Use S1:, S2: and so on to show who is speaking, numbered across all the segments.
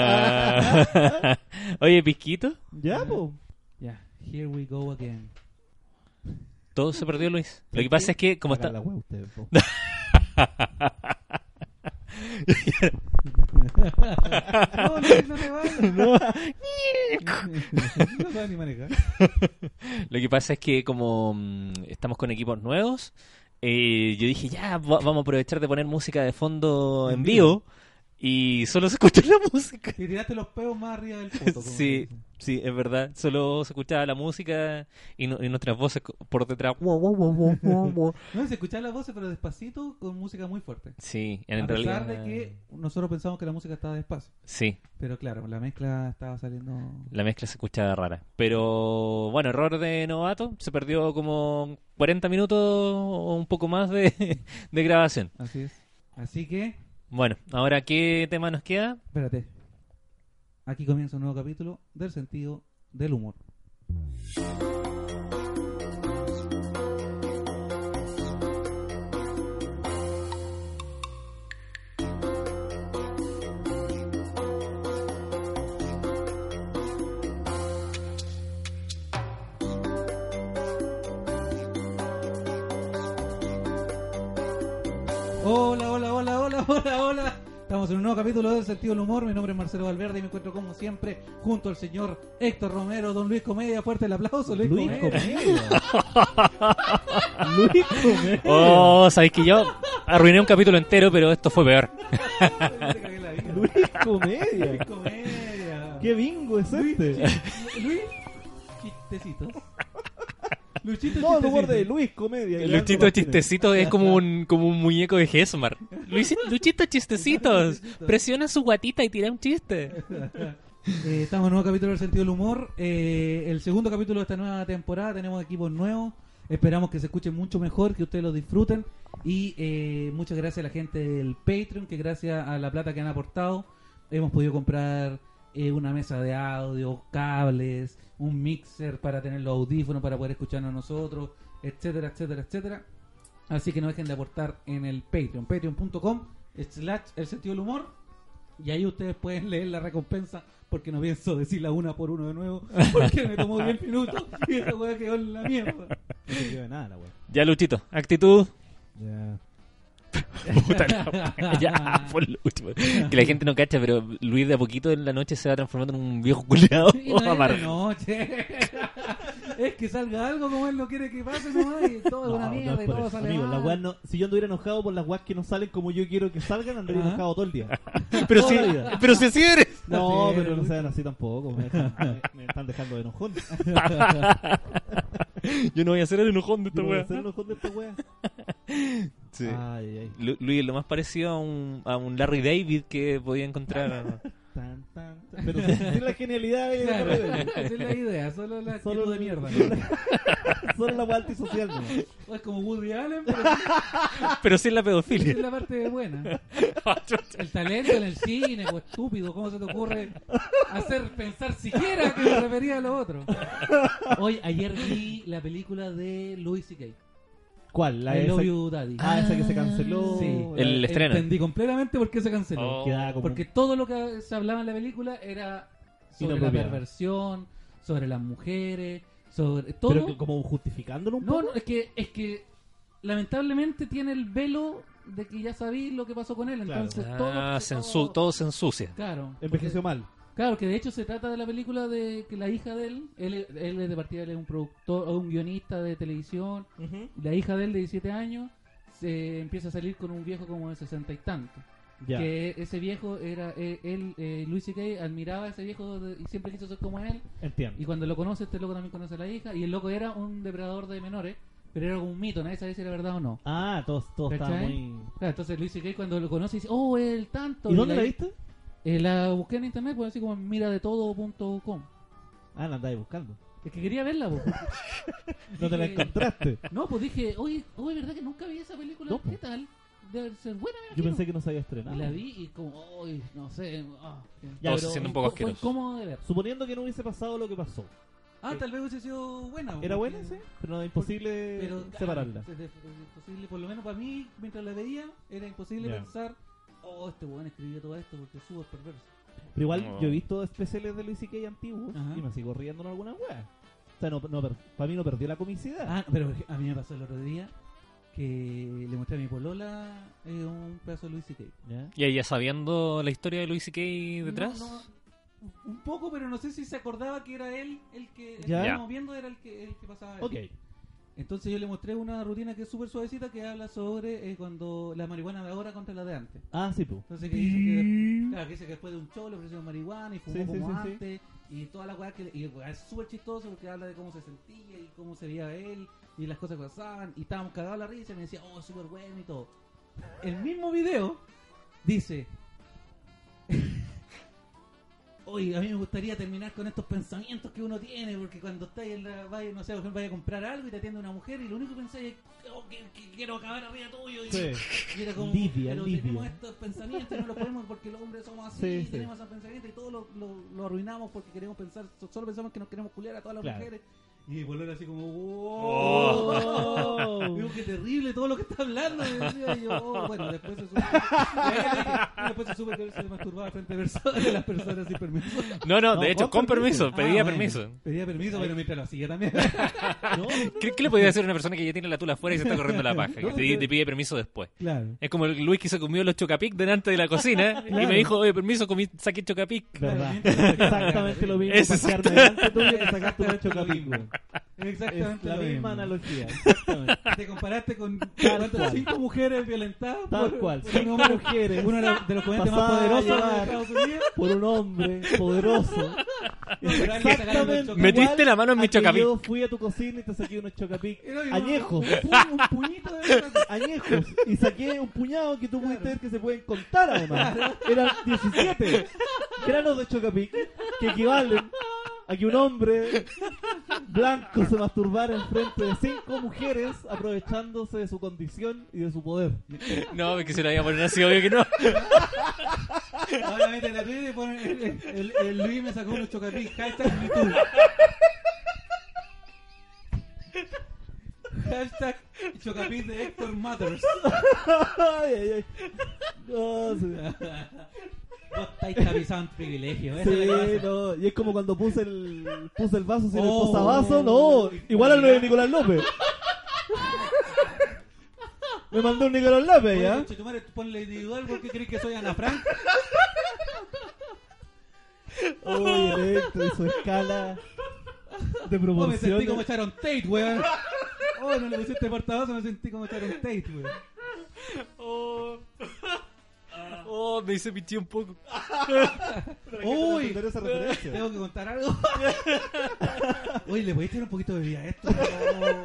S1: Ah. Oye, Pisquito,
S2: Ya, po.
S3: Ya, here we go again.
S1: todo se perdió, Luis. Lo que pasa es que, como
S2: Hagan
S1: está.
S2: la wea ustedes, po.
S3: No, Luis, no te vayas. No. no sabes ni manejar.
S1: Lo que pasa es que como mm, estamos con equipos nuevos, eh, yo dije, ya, va- vamos a aprovechar de poner música de fondo en vivo. Y solo se escucha la música.
S3: Te tiraste los peos más arriba del foto. como
S1: Sí,
S3: dicen.
S1: sí, es verdad. Solo se escuchaba la música y, no- y nuestras voces co- por detrás. Wo, wo, wo, wo, wo, wo.
S3: No, se escuchaban las voces, pero despacito, con música muy fuerte.
S1: Sí, en
S3: a
S1: realidad.
S3: pesar de que nosotros pensamos que la música estaba despacio.
S1: Sí,
S3: Pero claro, la mezcla estaba saliendo...
S1: la mezcla se escuchaba rara. Pero bueno, error de novato. Se perdió como 40 minutos o un poco más de, de grabación.
S3: Así es. Así que,
S1: Bueno, ahora, ¿qué tema nos queda?
S3: espérate. Aquí comienza un nuevo capítulo del sentido del humor. Hola, hola, hola, hola, hola, hola. Estamos en un nuevo capítulo del Sentido del Humor. Mi nombre es Marcelo Valverde y me encuentro como siempre junto al señor Héctor Romero, don Luis Comedia. Fuerte el aplauso, Luis,
S2: Luis
S3: Comedia.
S2: Comedia. Luis Comedia.
S1: Oh, sabéis que yo arruiné un capítulo entero, pero esto fue peor.
S3: Te cagué la vida.
S2: Luis Comedia.
S3: Luis Comedia.
S2: ¿Qué bingo es este?
S3: Luis, chistecitos. Luchito,
S2: No, en
S3: chistecitos.
S2: lugar de Luis Comedia. que
S1: Luchito
S2: Leandro Martínez.
S1: Chistecito es como un, como un muñeco de Hesmar. Luisi- Luchito Chistecitos, presiona su guatita y tira un chiste.
S3: Eh, estamos en un nuevo capítulo del sentido del humor. Eh, el segundo capítulo de esta nueva temporada. Tenemos equipos nuevos. Esperamos que se escuchen mucho mejor, que ustedes lo disfruten. Y eh, muchas gracias a la gente del Patreon, que gracias a la plata que han aportado, hemos podido comprar eh, una mesa de audio, cables, un mixer para tener los audífonos, para poder escucharnos nosotros, etcétera, etcétera, etcétera. Así que no dejen de aportar en el Patreon, patreon.com slash el sentido del humor. Y ahí ustedes pueden leer la recompensa, porque no pienso decirla una por uno de nuevo, porque me tomó 10 minutos y esta weá quedó en la mierda.
S2: No sirvió de nada la wea.
S1: Ya, Luchito, actitud.
S2: Ya.
S1: Puta la wea, ya, por lo último. Que la gente no cacha, pero Luis de a poquito en la noche se va transformando en un viejo
S2: Oh,
S1: culiado.
S3: Y no es la noche. es que salga algo como él no quiere que pase nomás y todo es una
S2: No, no
S3: mierda
S2: es
S3: y
S2: por
S3: todo
S2: eso,
S3: sale
S2: amigo,
S3: mal.
S2: la wea no- si yo anduviera enojado por las weas que no salen como yo quiero que salgan, andaría
S3: Ajá.
S2: enojado todo el día.
S1: Pero
S2: Toda
S1: si,
S2: la vida.
S1: pero si así eres.
S2: No,
S3: Así es,
S2: pero no
S3: Luis.
S2: sean así tampoco. Me, dejan- me- me están dejando de enojón.
S1: Yo no voy a ser Ah. el enojón de
S2: Yo
S1: esta
S2: no voy a
S1: wea.
S2: ser enojón de esta wea.
S1: Sí.
S2: Ay, ay.
S1: Lu- Luis, lo más parecido a un, a un Larry David que podía encontrar.
S2: Tan, tan, tan. Pero sin la genialidad de
S3: Claro,
S2: de-
S3: esa es la idea, solo la actitud
S2: Solo
S3: de mierda.
S2: Solo la wea antisocial. ¿no?
S3: ¿no? Es como Woody Allen, pero
S1: pero sin la
S3: esa es
S1: pedofilia.
S3: la parte buena. El talento en el cine, pues estúpido, ¿cómo se te ocurre hacer pensar siquiera que me refería a lo otro? Hoy, ayer vi la película de Louis C.K.
S2: ¿Cuál? La
S3: I
S2: esa-
S3: Love You Daddy.
S2: Ah, esa que se canceló.
S3: Sí.
S1: El estreno.
S3: Entendí completamente por qué se canceló.
S1: Oh.
S2: Quedaba como
S3: Porque todo lo que se hablaba en la película era sobre la
S2: Inapropiado.
S3: perversión, sobre las mujeres, sobre todo.
S2: pero que como justificándolo un
S3: No,
S2: poco.
S3: no, es que, es que lamentablemente tiene el velo de que ya sabí lo que pasó con él.
S2: Claro.
S3: Entonces
S1: Ah,
S3: todo.
S1: se ensu- todo se ensucia.
S3: Claro.
S2: Envejeció mal.
S3: porque- Claro, que de hecho se trata de la película de que la hija de él, él, él es de partida, él es un productor o un guionista de televisión, la hija de él de 17 años se empieza a salir con un viejo como de 60 y tanto.
S2: Ya.
S3: Que ese viejo era, eh, él, eh, Luis C.K. admiraba a ese viejo de- y siempre quiso ser como él. Y
S2: Entiendo.
S3: cuando lo conoce, este loco también conoce a la hija. Y el loco era un depredador de menores, pero era un mito, nadie sabía si era verdad o no.
S2: Ah, todo, todo estaba
S3: ¿Cachai?
S2: muy.
S3: Claro, entonces Luis C.K. cuando lo conoce dice, oh, el tanto.
S2: ¿Y dónde la
S3: la-
S2: viste?
S3: eh, la busqué en internet, pues así como en miradetodo.com.
S2: Ah, la andáis buscando.
S3: Es que quería verla, pues.
S2: No te la
S3: Dije-
S2: encontraste.
S3: No, pues dije, oye, oye, ¿verdad que nunca vi esa película?
S2: No, po.
S3: ¿Qué tal? Debe ser buena,
S2: Yo
S3: me imagino".
S2: pensé que no se había
S3: Y
S2: estrenado.
S3: la vi y como, uy, no sé. ah,
S2: Ya,
S1: Todo se
S2: pero-
S1: siente un poco
S3: fue
S1: asqueroso.
S3: incómodo de ver.
S2: Suponiendo que no hubiese pasado lo que pasó.
S3: Ah, tal vez hubiese sido buena. Eh,
S2: Era
S3: porque-
S2: buena, sí, pero no, imposible
S3: Pero
S2: separarla.
S3: claro, es- es imposible, por lo menos para mí, mientras la veía, era imposible
S2: Ya.
S3: pensar, oh, este weón escribió todo esto porque es súper perverso.
S2: Pero igual
S1: No.
S2: yo he visto especiales de Luis C.K. antiguos
S3: Ajá.
S2: y me sigo riendo en alguna wea. O sea, no, no, para mí no perdió la comicidad.
S3: Ah, pero a mí me pasó el otro día que le mostré a mi polola eh, un pedazo de Luis C.K.
S2: ¿Ya?
S1: ¿Y ella sabiendo la historia de Luis C.K. detrás?
S3: No, no, un poco, pero no sé si se acordaba que era él el que el
S2: Ya.
S3: que
S1: Ya.
S3: estábamos viendo, era el que, el que pasaba. eso.
S2: Ok.
S3: Entonces yo le mostré una rutina que es súper suavecita que habla sobre eh, cuando la marihuana de ahora contra la de antes.
S2: Ah, sí, pues.
S3: Entonces que dice que, claro, que dice que después de un show le ofrecieron marihuana y fumó
S2: Sí, sí,
S3: como
S2: sí, sí.
S3: antes y toda la weá que le- y el weá es súper chistoso porque habla de cómo se sentía y cómo se veía él y las cosas que pasaban y estábamos cagados a la risa y me decía, oh, súper bueno y todo. El mismo video dice, oye, a mí me gustaría terminar con estos pensamientos que uno tiene porque cuando estáis en la vaya, no sé, por ejemplo, vaya a comprar algo y te atiende una mujer y lo único que pensáis es, oh, que, que quiero acabar arriba tuyo y...
S2: Sí.
S3: Y era como,
S2: Lidia,
S3: pero
S2: Lidia.
S3: tenemos estos pensamientos y no los podemos porque los hombres somos así,
S2: Sí,
S3: y
S2: sí.
S3: tenemos esos pensamientos y todos los lo, lo arruinamos porque queremos pensar, so- solo pensamos que nos queremos culiar a todas las
S2: Claro.
S3: mujeres. Y mi pololo así como,
S2: Oh.
S3: wow, digo que terrible todo lo que está hablando. Y decía yo, oh, bueno, después se supe, y después se supe que él se masturbaba frente de personas- de las personas sin permiso.
S1: No, no,
S2: No,
S1: de hecho,
S2: con
S1: con permiso,
S3: Ah,
S1: pedía
S3: bueno,
S1: permiso.
S3: Pedía permiso, pero mientras lo hacía también.
S2: No,
S1: ¿Qué, qué le podía hacer a una persona que ya tiene la tula afuera y se está corriendo la paja? Que te, te pide permiso después.
S3: Claro.
S1: Es como el Luis que se comió los chocapic delante de la cocina y
S2: Claro.
S1: me dijo, oye, permiso, comí, saqué chocapic.
S2: verdad.
S3: Claramente.
S2: Exactamente lo mismo.
S1: Es
S2: Pasearme delante tuyo que sacarte un chocapic, weón. Es
S3: Exactamente.
S2: la
S3: lo mismo.
S2: misma analogía. Exactamente.
S3: Te comparaste con
S2: cual.
S3: cinco mujeres violentadas
S2: Tal
S3: por,
S2: cual.
S3: por un
S2: Cinco
S3: hombre.
S2: mujeres.
S3: Uno de los- de los comediantes más
S2: Pasada a
S3: poderosos de
S2: llevar.
S3: Estados Unidos.
S2: por un hombre poderoso.
S3: pero le sacaron los chocapic.
S1: Metiste la mano en mi
S2: a que
S1: chocapic.
S2: Yo fui a tu cocina y te saqué unos chocapic
S3: Era un-
S2: añejos.
S3: Un, pu- un puñito de esas.
S2: Añejos. Y saqué un puñado que tú pudiste
S3: Claro.
S2: ver que se pueden contar además. Eran 17 granos de chocapic que equivalen a que un hombre blanco se masturbara en frente de cinco mujeres aprovechándose de su condición y de su poder.
S1: No, es que se lo había poner así, obvio que no.
S3: Ahora mete la Twitter y pone el, el- el Luis me sacó unos chocapic. Hashtag me too. Hashtag chocapic de Héctor Matters.
S2: Ay, ay, ay. No, sí.
S3: Vos estáis tapizando un privilegio. Esa es la
S2: Sí,
S3: cosa.
S2: no, y es como cuando puse el puse el vaso sin
S3: Oh.
S2: el posavasos, no, igual a lo de Nicolás López. Me mandó un Nicolás López,
S3: Oye,
S2: ¿ya?
S3: conchetumare, tú ponle individual porque crees que soy Ana Frank. oh.
S2: Oye, electro y su escala de
S3: Oh, me sentí como
S2: promoción.
S3: Sharon Tate, weón. Oh, no le pusiste portavasos, me sentí como Sharon Tate, weón.
S1: Oh, Oh, me hice pichí un poco.
S3: Uy.
S2: Uy, esa referencia.
S3: Tengo que contar algo. Oye, ¿le podéis echar un poquito de bebida a esto? Oh, weón.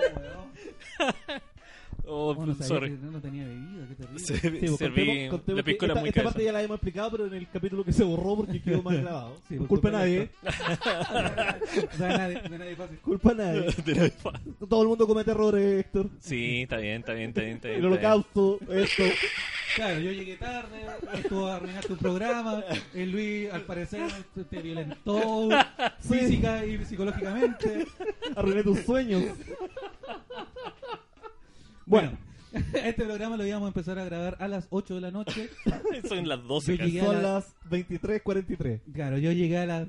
S1: Oh,
S3: Oh, no sabía que
S1: sorry.
S3: no lo tenía bebido, qué terrible.
S1: Se-
S2: Sí, pues,
S1: serví
S2: contemos- contemos
S1: la
S2: que
S1: piscola
S2: esta,
S1: muy
S2: esta
S1: cabeza.
S2: parte ya la hemos explicado, pero en el capítulo que se borró porque quedó mal grabado.
S3: Sí,
S2: Por culpa de nadie,
S3: O sea, nadie, no hay nadie fácil.
S2: culpa de nadie.
S1: De la fa-
S2: Todo el mundo comete errores, Héctor.
S1: Sí, está bien, está bien, está bien. Está bien
S2: El
S1: está bien.
S2: holocausto, esto.
S3: Claro, yo llegué tarde, tú arruinaste un programa, el Luis al parecer te- te violentó física y psicológicamente.
S2: Arruiné tus sueños.
S3: Bueno, este programa lo íbamos a empezar a grabar a las 8 de la noche.
S1: Son las
S3: Yo
S1: 12 casi.
S3: llegué a
S2: Son
S3: la-
S2: las 23.43.
S3: Claro, yo llegué a las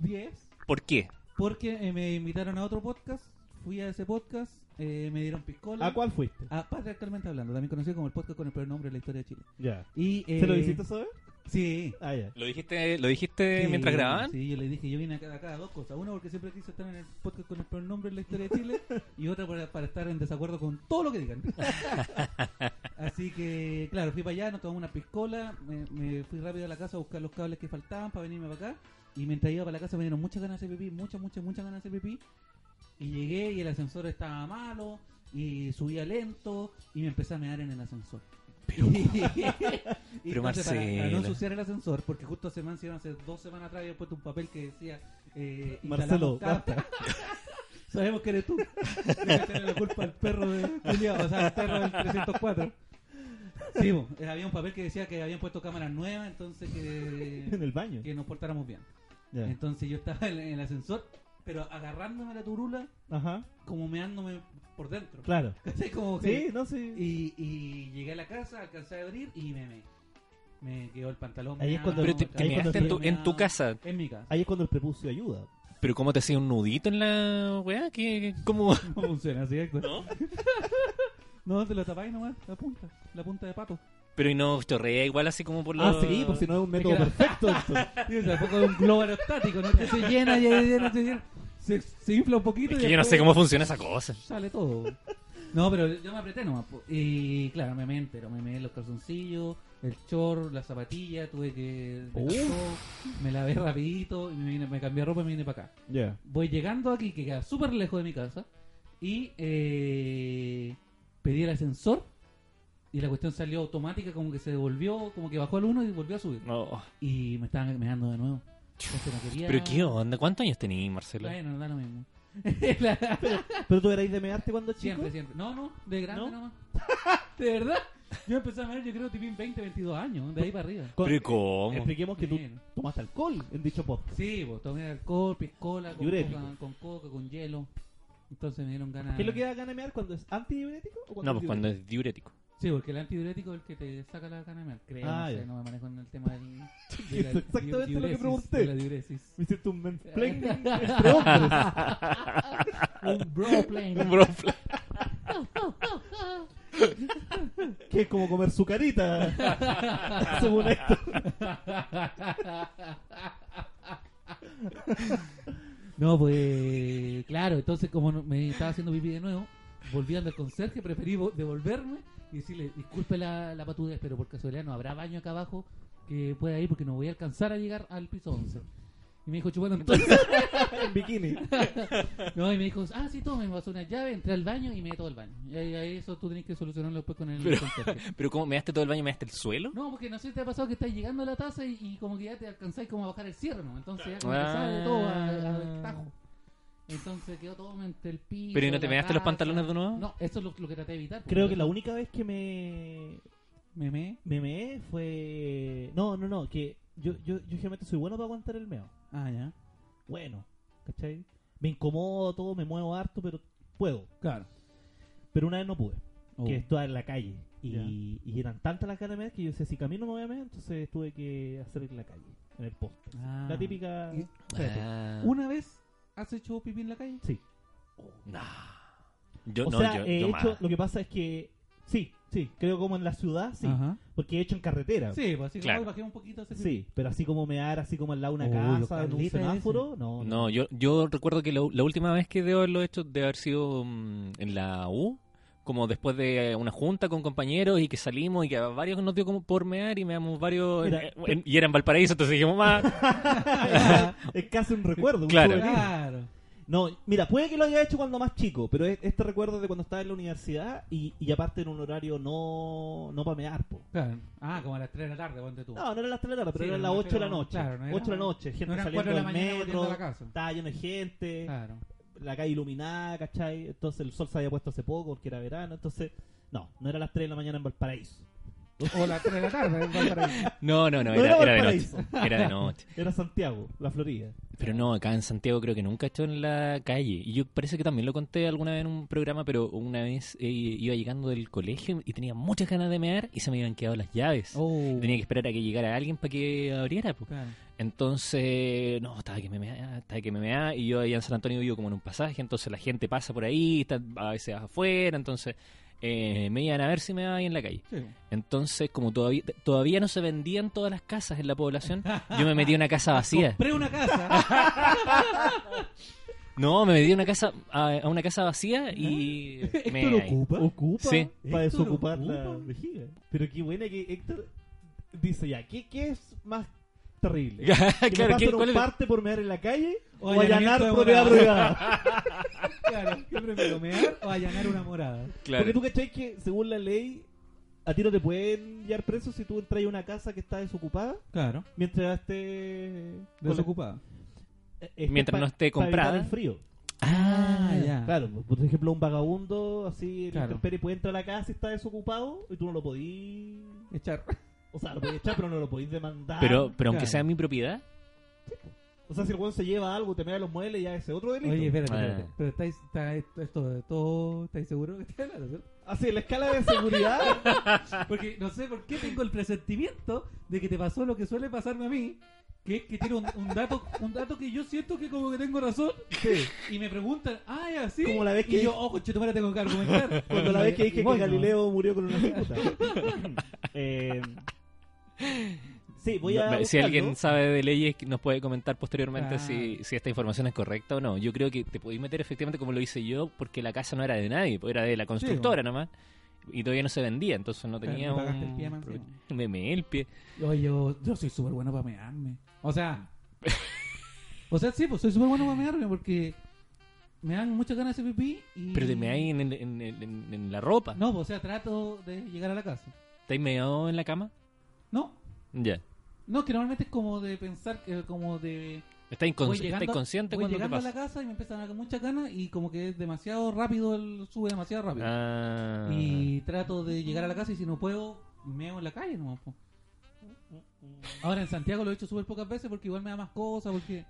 S3: 10
S1: ¿Por qué?
S3: porque eh, me invitaron a otro podcast. Fui a ese podcast, eh, me dieron piscola.
S2: ¿A cuál fuiste?
S3: A Patriarcalmente Hablando, también conocido como el podcast con el peor nombre de la historia de Chile.
S2: Ya.
S3: Y, eh,
S2: ¿Se lo hiciste saber?
S3: Sí.
S2: Ah, ya.
S1: ¿Lo dijiste, lo dijiste
S3: Sí,
S1: Eh, mientras grababan?
S3: Sí, yo le dije, yo vine acá, acá a dos cosas. Una porque siempre quise estar en el podcast con el peor nombre en la historia de Chile y otra para, para estar en desacuerdo con todo lo que digan. Así que, claro, fui para allá, nos tomamos una piscola, me, me fui rápido a la casa a buscar los cables que faltaban para venirme para acá y mientras iba para la casa me dieron muchas ganas de hacer pipí, muchas, muchas, muchas ganas de hacer pipí y llegué y el ascensor estaba malo y subía lento y me empecé a mear en el ascensor. Pero,
S1: Pero
S3: para, para no
S1: Marcelo.
S3: ensuciar el ascensor, porque justo hace, man- hace dos semanas atrás había puesto un papel que decía eh,
S2: Marcelo,
S3: instalamos cámaras. Sabemos que eres tú. Deja la culpa al perro de Julián, o sea, al perro del 304. Sí, bo, eh, había un papel que decía que habían puesto cámaras nuevas, entonces
S2: En
S3: que, eh,
S2: el baño.
S3: que nos portáramos bien.
S2: Ya.
S3: Entonces yo estaba en, en el ascensor pero agarrándome la turula,
S2: Ajá,
S3: como meándome por dentro.
S2: claro.
S3: ¿Cachai? Como que-
S2: Sí, no, sí.
S3: Y, y llegué a la casa, alcancé a abrir y me me, me quedó el pantalón.
S2: Ahí es
S3: meado,
S2: cuando-
S1: Pero te, te
S2: ahí
S1: measte
S2: cuando
S1: en tu,
S3: meado.
S1: en tu casa.
S3: En mi casa.
S2: Ahí es cuando el prepucio ayuda.
S1: ¿Pero cómo te hacía un nudito en la weá? ¿Qué, qué- cómo
S3: No funciona así, Héctor.
S1: ¿No?
S3: No, te lo tapáis nomás, la punta, la punta de pato.
S1: Pero y no chorrea igual así como por
S2: Ah,
S1: los...
S2: sí, pues si no es un método
S3: Es que era-
S2: perfecto. esto.
S3: Tío, tampoco es un globo aerostático, ¿no? Que se llena, llena, llena, se llena. Se, se infla un poquito
S1: Es
S3: y
S1: que yo no
S3: después
S1: sé cómo funciona esa cosa.
S3: sale todo. No, pero yo me apreté nomás. po. Y claro, me meé entero, me meé los calzoncillos, el short, la zapatilla, tuve que... me
S2: Uf.
S3: costó, Me lavé rapidito, y me, vine- me cambié de ropa y me vine para acá.
S2: Ya.
S3: Voy llegando aquí, que queda súper lejos de mi casa, y eh, pedí el ascensor, y la cuestión salió automática, como que se devolvió, como que bajó al 1 y volvió a subir.
S1: No.
S3: Y me estaban meando de nuevo. Entonces no quería-
S1: Pero qué onda, ¿cuántos años tenías, Marcelo?
S3: Bueno, da lo mismo. La-
S2: ¿Pero tú erais de mearte cuando chico?
S3: siempre, siempre. No, no, de grande
S2: ¿No?
S3: nomás. ¿De verdad? Yo empecé a mear, yo creo, tipo en 20, 22 años, de ahí para arriba.
S2: Con-
S1: Pero cómo.
S2: Expliquemos que tú
S3: Bien.
S2: tomaste alcohol en dicho pop.
S3: Sí, pues tomé alcohol, piscola, con
S2: Diurético.
S3: coca, con coca, con hielo. Entonces me dieron ganas.
S2: ¿Qué es lo que da ganas de mear cuando es antidiurético o cuando
S1: No, pues
S2: es
S1: cuando
S2: diurético?
S1: es diurético.
S3: Sí, porque el antidiurético es el que te saca la ganas de mear, creo.
S2: Ah,
S3: no, sé,
S2: ya.
S3: no me manejo en el tema del. de la
S2: Es exactamente lo que
S3: diuresis,
S2: pregunté.
S3: de la diuresis.
S2: Me hiciste un mansplaining entre hombres.
S3: Un bro plane.
S1: Un bro fla-
S2: que es como comer su carita. según esto.
S3: No, pues claro, entonces como no- me estaba haciendo pipí de nuevo, volví al conserje, preferí vo- devolverme y decirle, disculpe la, la patudez, pero por casualidad no habrá baño acá abajo que pueda ir porque no voy a alcanzar a llegar al piso 11. Y me dijo, chupando entonces...
S2: en bikini.
S3: No, y me dijo, ah, sí, tome, me pasó una llave, entré al baño y me di todo el baño. Y ahí- ahí eso tú tenés que solucionarlo después con el
S1: Pero-
S3: conserje.
S1: Pero cómo, ¿measte todo el baño, measte el suelo?
S3: No, porque no sé si te ha pasado que estás llegando a la taza y, y como que ya te alcanzáis como a bajar el cierre, ¿no? Entonces ya como que
S1: Ah.
S3: sale todo a- a- al tajo. Entonces quedó todo entre el piso.
S1: ¿Pero y no te
S3: la
S1: measte los
S3: taza.
S1: pantalones de nuevo?
S3: No, eso es lo, lo que traté de evitar.
S2: Creo que la única vez que me
S3: Me meé.
S2: me meé fue no, no, no, que yo yo yo generalmente soy bueno para aguantar el meo.
S3: Ah, ya.
S2: Bueno, ¿cachai? Me incomodo todo, me muevo harto, pero puedo.
S3: Claro.
S2: Pero una vez no pude,
S3: Oh.
S2: que estaba en la calle y, y eran tantas las ganas de mear que yo decía, si camino me voy a mear, entonces tuve que hacer en la calle, en el poste.
S3: Ah.
S2: La típica
S3: Y-
S2: Espérate.
S1: Ah.
S3: ¿Una vez has hecho pipí en la calle?
S2: Sí.
S1: Yo,
S2: o
S1: no,
S2: sea,
S1: yo,
S2: he
S1: yo
S2: hecho,
S1: más.
S2: lo que pasa es que sí, sí, creo como en la ciudad, sí,
S3: Ajá.
S2: porque he hecho en carretera.
S3: Sí, pues así que
S1: Claro.
S3: hoy bajé un poquito. a hacer
S2: Sí, pero así como mear, así como al lado de
S3: Uy,
S2: una
S3: lo
S2: casa, en un
S3: caleta ese.
S2: semáforo, no,
S1: No, yo, yo recuerdo que la, la última vez que debo haberlo hecho debe haber sido mm, en la U, como después de una junta con compañeros y que salimos y que a varios nos dio como por mear y meamos varios. en-
S2: Mira,
S1: en- en- y era en Valparaíso, entonces dijimos, más.
S2: es casi un recuerdo. un
S1: Claro.
S3: pipí.
S2: souvenir.
S3: Claro.
S2: No, mira, puede que lo haya hecho cuando más chico, pero es- este recuerdo es de cuando estaba en la universidad y, y aparte en un horario no, no para mear, po.
S3: Claro. Ah, como a las 3 de la tarde, ponte tú.
S2: No, no eran las 3 de la tarde, pero
S3: Sí,
S2: eran
S3: no,
S2: las
S3: no
S2: 8 de la
S3: era-
S2: noche.
S3: claro, no era-
S2: 8 de la noche, gente
S3: no eran
S2: saliendo
S3: 4 de la
S2: del
S3: mañana volviendo
S2: metro,
S3: a la casa.
S2: estaba lleno de gente,
S3: Claro.
S2: la calle iluminada, ¿cachai? Entonces el sol se había puesto hace poco porque era verano, entonces, no, no era las 3 de la mañana en Valparaíso.
S3: O a las 3 de la tarde, en Valparaíso.
S1: No, no, no,
S2: No
S1: era, era
S2: era
S1: de
S2: Valparaíso.
S1: noche. Era de noche.
S2: Era Santiago, la Florida.
S1: Pero no, acá en Santiago creo que nunca he hecho en la calle. Y yo parece que también lo conté alguna vez en un programa, pero una vez eh, iba llegando del colegio y tenía muchas ganas de mear y se me habían quedado las llaves.
S3: Oh.
S1: Tenía que esperar a que llegara alguien para que abriera. po.
S3: Claro.
S1: Entonces, no, estaba que me mea, estaba que me mea. Y yo allá en San Antonio vivo como en un pasaje, entonces la gente pasa por ahí, está a veces afuera, entonces eh, me iban a ver si me va ahí en la calle.
S3: Sí.
S1: Entonces, como todavía, todavía no se vendían todas las casas en la población, yo me metí a una casa vacía.
S3: Compré una casa.
S1: No, me metí a una casa, a, a una casa vacía y me
S2: ¿Héctor ¿Ah? ocupa? ¿Ocupa?
S1: Sí.
S2: Para
S3: ¿Héctor
S2: desocupar la
S3: ocupa?
S2: vejiga. Pero qué buena que Héctor dice ya, ¿qué, qué es más terrible?
S1: Claro,
S2: ¿Que me
S1: ¿qué-
S2: pasen
S1: cuál
S2: un
S1: es la-
S2: parte por mear en la calle
S3: O
S2: o, allanar
S3: allanamiento de
S2: propiedad
S3: morada.
S2: privada?
S3: claro, yo prefiero mear o allanar una morada.
S2: Porque tú cachai que según la ley a ti no te pueden llevar preso si tú entras a una casa que está desocupada
S3: Claro,
S2: mientras esté
S3: desocupada.
S2: Eh, este,
S1: Mientras
S2: pa-
S1: no esté
S2: para evitar
S1: comprada.
S2: el frío.
S1: Ah,
S3: ya.
S2: Claro, pues, por ejemplo, un vagabundo así,
S3: Claro.
S2: el Pérez puede entrar a la casa y está desocupado y tú no lo podís
S3: Echar.
S2: O sea, lo podéis echar, pero no lo podéis demandar.
S1: Pero, pero aunque
S3: Claro.
S1: sea mi propiedad,
S2: o O sea, si el weón se lleva algo, te mea los muebles, ya ese otro delito.
S3: Oye, espérate,
S1: Ah.
S3: espérate. Pero estáis, está, esto, esto, todo, ¿estáis seguros que estáis hablando? cierto?
S2: Así, Ah, la escala de seguridad.
S3: Porque no sé por qué tengo el presentimiento de que te pasó lo que suele pasarme a mí, que es que tiene un, un dato un dato que yo siento que como que tengo razón,
S2: sí.
S3: y me preguntan, ah, ya, sí.
S2: Como la vez que-
S3: Y yo, ojo, chetumara, tengo que argumentar.
S2: Cuando la vez que dije
S3: Y voy,
S2: que
S3: ¿no?
S2: Galileo murió con una cicuta. Eh, sí, voy a.
S1: No, si
S2: buscarlo.
S1: alguien sabe de leyes, que nos puede comentar posteriormente
S3: Ah.
S1: si, si esta información es correcta o no. Yo creo que te podéis meter efectivamente como lo hice yo, porque la casa no era de nadie, pues era de la constructora nomás. Y todavía no se vendía, entonces no
S3: Claro,
S1: tenía
S3: me pagaste
S1: un...
S3: el pie, man,
S1: pro-
S3: sí.
S1: Me meé el pie.
S3: Yo, yo, yo soy súper bueno para mearme. O sea, o sea, sí, pues soy súper bueno para mearme porque me dan muchas ganas de hacer pipí y.
S1: Pero te meáis en, en- en- en- en la ropa.
S3: No, pues, o sea, trato de llegar a la casa.
S1: ¿Te has meado en la cama?
S3: No,
S1: Ya.
S3: no, que normalmente es como de pensar, que como de.
S1: ¿Estás incon-
S3: voy
S1: estás
S3: llegando-
S1: consciente
S3: voy
S1: cuando te
S3: llegando
S1: pasa?
S3: a la casa y me empiezan a dar muchas ganas y como que es demasiado rápido, el, sube demasiado rápido.
S1: Ah.
S3: pues. Y trato de llegar a la casa y si no puedo, meo en la calle nomás. po. Ahora en Santiago lo he hecho súper pocas veces porque igual me da más cosas, porque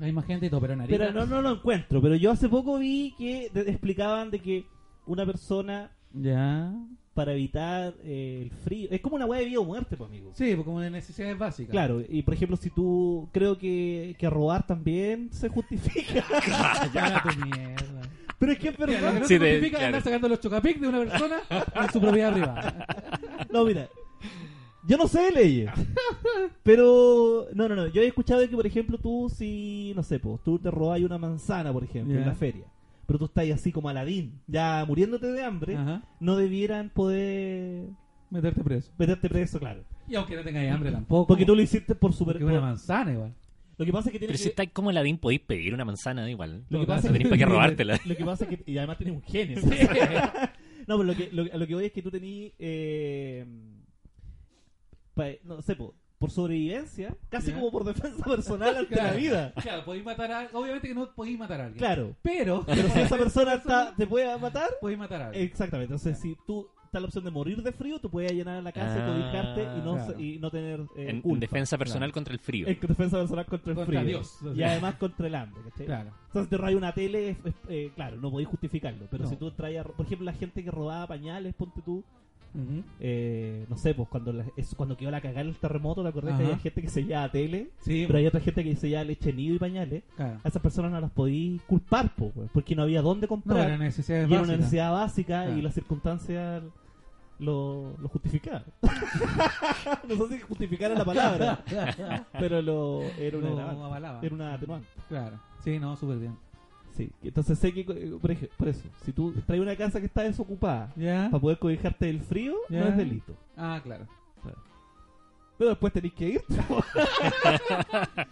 S3: hay más gente y todo, pero en Arica...
S2: Pero no, no lo encuentro. Pero yo hace poco vi que te- explicaban de que una persona
S3: Ya.
S2: para evitar eh, el frío. Es como una weá de vida o muerte, pues, amigo.
S3: Sí, pues como de necesidades básicas.
S2: Claro, y por ejemplo, si tú creo que, que robar también se justifica.
S3: Para tu mierda.
S2: Pero es que es
S3: Mira, lo que
S2: verdad.
S3: no
S1: Sí,
S3: se
S1: de-
S3: justifica es
S1: claro.
S3: andar sacando los chocapic de una persona en su propiedad privada.
S2: No, mira. Yo no sé de leyes. Pero. No, no, no. Yo he escuchado de que, por ejemplo, tú, si. No sé, pues tú te robas una manzana, por ejemplo,
S3: Ya.
S2: en la feria. Pero tú estás así como Aladín, ya muriéndote de hambre.
S3: Ajá.
S2: No debieran poder
S3: Meterte preso.
S2: meterte preso, claro.
S3: Y aunque no tengáis hambre tampoco.
S2: Porque tú lo hiciste por super.
S3: Porque una manzana igual.
S2: Lo que pasa es que
S1: Pero
S2: tienes
S1: si
S2: que.
S1: estáis como Aladín, podéis pedir una manzana igual.
S2: Lo que
S3: No,
S2: pasa
S1: No
S2: es
S1: tenéis
S2: que-
S1: para qué robártela.
S2: Lo que pasa es que. Y además tienes un genio. No, pero lo que, lo, a lo que voy es que tú tenías. no sé, po, por sobrevivencia, casi
S3: Ya.
S2: como por defensa personal ante la
S3: Claro.
S2: vida.
S3: Claro, podéis matar a Obviamente que no podéis matar a alguien.
S2: Claro.
S3: Pero...
S2: Pero si esa persona está- te puede matar,
S3: Podéis matar a alguien.
S2: exactamente. Entonces, si tú está la opción de morir de frío, tú puedes llenar la casa,
S1: Ah,
S2: cobijarte y no,
S3: claro.
S2: y no tener. eh,
S1: En, en
S2: culpa.
S1: defensa personal contra el frío.
S2: En defensa personal contra el
S3: Contra
S2: frío.
S3: Dios.
S2: Y además contra el hambre, ¿cachai?
S3: Claro.
S2: Entonces te raya una tele, es- es- eh, claro, no podéis justificarlo. Pero
S3: No.
S2: si tú traías, por ejemplo, la gente que robaba pañales, ponte tú,
S3: Ujú.
S2: eh, no sé, pues cuando la- es cuando quedó la cagada en el terremoto, ¿te acordás que
S3: Ajá.
S2: había gente que se llevaba tele?
S3: Sí, pues,
S2: Pero hay otra gente que se llevaba leche nido y pañales.
S3: claro.
S2: A esas personas no las podí culpar, po, pues, porque no había dónde
S3: No,
S2: comprar.
S3: pero necesidades
S2: y era una
S3: básicas.
S2: necesidad básica
S3: Claro.
S2: y las circunstancias lo, lo justificaban. no sé si justificara la palabra, pero lo, era una
S3: Lo
S2: agravante,
S3: avalaba.
S2: era una atenuante.
S3: Claro. Sí, no, súper bien.
S2: Sí, entonces sé que, eh, por, ej- por eso, si tú traes una casa que está desocupada
S3: ¿Ya?
S2: para poder cobijarte del frío, no
S3: Ya.
S2: es delito.
S3: Ah, claro.
S2: Pero después tenés que ir.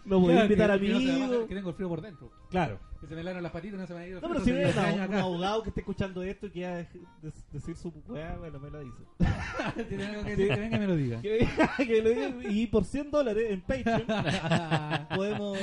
S2: no podés
S3: Claro,
S2: invitar a
S3: que- que no se me va a pasar,
S2: amigos.
S3: Que tengo el frío por dentro.
S2: Claro.
S3: Que se me helaron las patitas y no se me ha ido. el
S2: No,
S3: frío,
S2: pero si
S3: entonces
S2: viene
S3: yo
S2: un,
S3: extraño
S2: un abogado que esté escuchando esto y quiera dej- des- decir su weá, bueno, me la dice.
S3: acá. Tiene algo que decir, que venga y me lo diga.
S2: Que, que lo diga, y por 100 dólares en Patreon podemos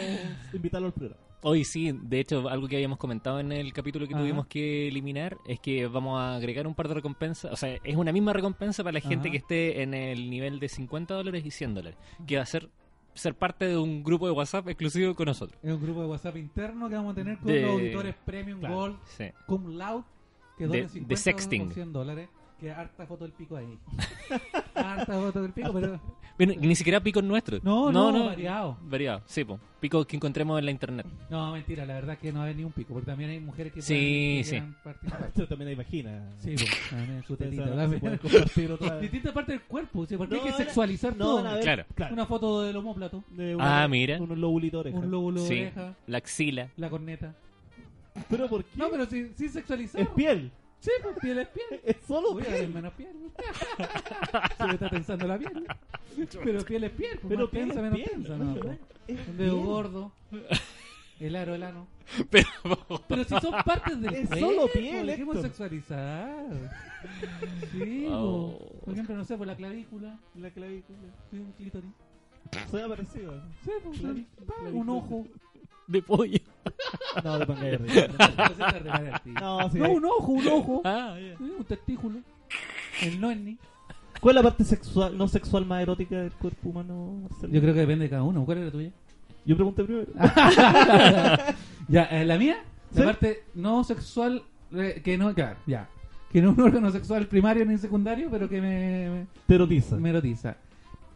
S2: invitarlo al programa.
S1: Hoy sí, de hecho, algo que habíamos comentado en el capítulo que
S3: Ajá.
S1: tuvimos que eliminar es que vamos a agregar un par de recompensas. O sea, es una misma recompensa para la gente
S3: Ajá.
S1: que esté en el nivel de 50 dólares y 100 dólares, que va a ser ser parte de un grupo de WhatsApp exclusivo con nosotros.
S3: Es un grupo de WhatsApp interno que vamos a tener con
S1: De-
S3: los auditores Premium
S2: Claro.
S3: Gold,
S1: Sí.
S3: Cum Loud, que
S1: De-
S3: donan
S1: de
S3: 50
S1: sexting.
S3: o 100 dólares. Que harta foto del pico ahí. harta foto del pico, pero...
S1: Bueno, y ni siquiera picos nuestros.
S3: No, no, variado.
S1: Variado, sí, po. picos que encontremos en la internet.
S3: No, mentira, la verdad que no va a haber ni un pico, porque también hay mujeres que,
S1: Sí,
S3: pueden- que
S1: sí.
S3: quieran participar.
S2: Esto también la imagina.
S3: Sí, pues, también su
S2: Pensaba
S3: tetita.
S2: que se
S3: también.
S2: puede compartir otra vez.
S3: Distintas partes del cuerpo, ¿sí? ¿por qué
S2: No,
S3: hay que
S2: ahora-
S3: sexualizar
S2: no,
S3: todo?
S2: van a ver-
S1: Claro.
S3: Una foto del homóplato,
S2: de
S1: Ah, mira.
S2: Unos lóbulos de oreja.
S3: un lóbulo
S1: Sí.
S3: de oreja,
S1: La axila.
S3: la corneta.
S2: Pero ¿por qué?
S3: No, pero sin, sin sexualizar.
S2: Es piel.
S3: Sí, pues piel es piel.
S2: Es solo
S3: Voy a
S2: piel.
S3: dar menos piel. Se le está pensando la piel. Pero piel es piel, pues,
S2: Pero piel
S3: más piensa,
S2: es
S3: menos
S2: piel,
S3: piensa.
S2: ¿no?
S3: No,
S2: Es
S3: pues.
S2: Es
S3: Un dedo
S2: piel.
S3: gordo, el aro, el ano.
S1: Pero,
S3: Pero si son partes del
S2: Es
S3: cuerpo,
S2: solo piel,
S3: ¿qué hemos
S2: Héctor.
S3: sexualizado? Sí,
S1: Oh.
S3: po. por ejemplo, no sé, por la clavícula,
S2: La clavícula.
S3: sí, un clítoris.
S2: Soy aparecido.
S3: Sí, po,
S2: Clavi-
S3: pa, un
S2: clavícula.
S3: ojo.
S1: de pollo.
S2: No, de pancaer.
S3: pues, No,
S2: No, sí.
S3: un ojo, un ojo.
S1: Ah, ya.
S3: Sí, Eh, Un testículo. El no es ni.
S2: ¿Cuál es la parte sexual, no sexual más erótica del cuerpo humano? Marcelo?
S3: Yo creo que Ah. depende de cada uno. ¿Cuál es la tuya?
S2: Yo pregunté primero.
S3: ya, eh, la mía, la
S2: Sí.
S3: parte no sexual, eh, que no, claro, ya. Que no es un órgano sexual primario ni secundario, pero que me,
S2: Te erotiza.
S3: me erotiza.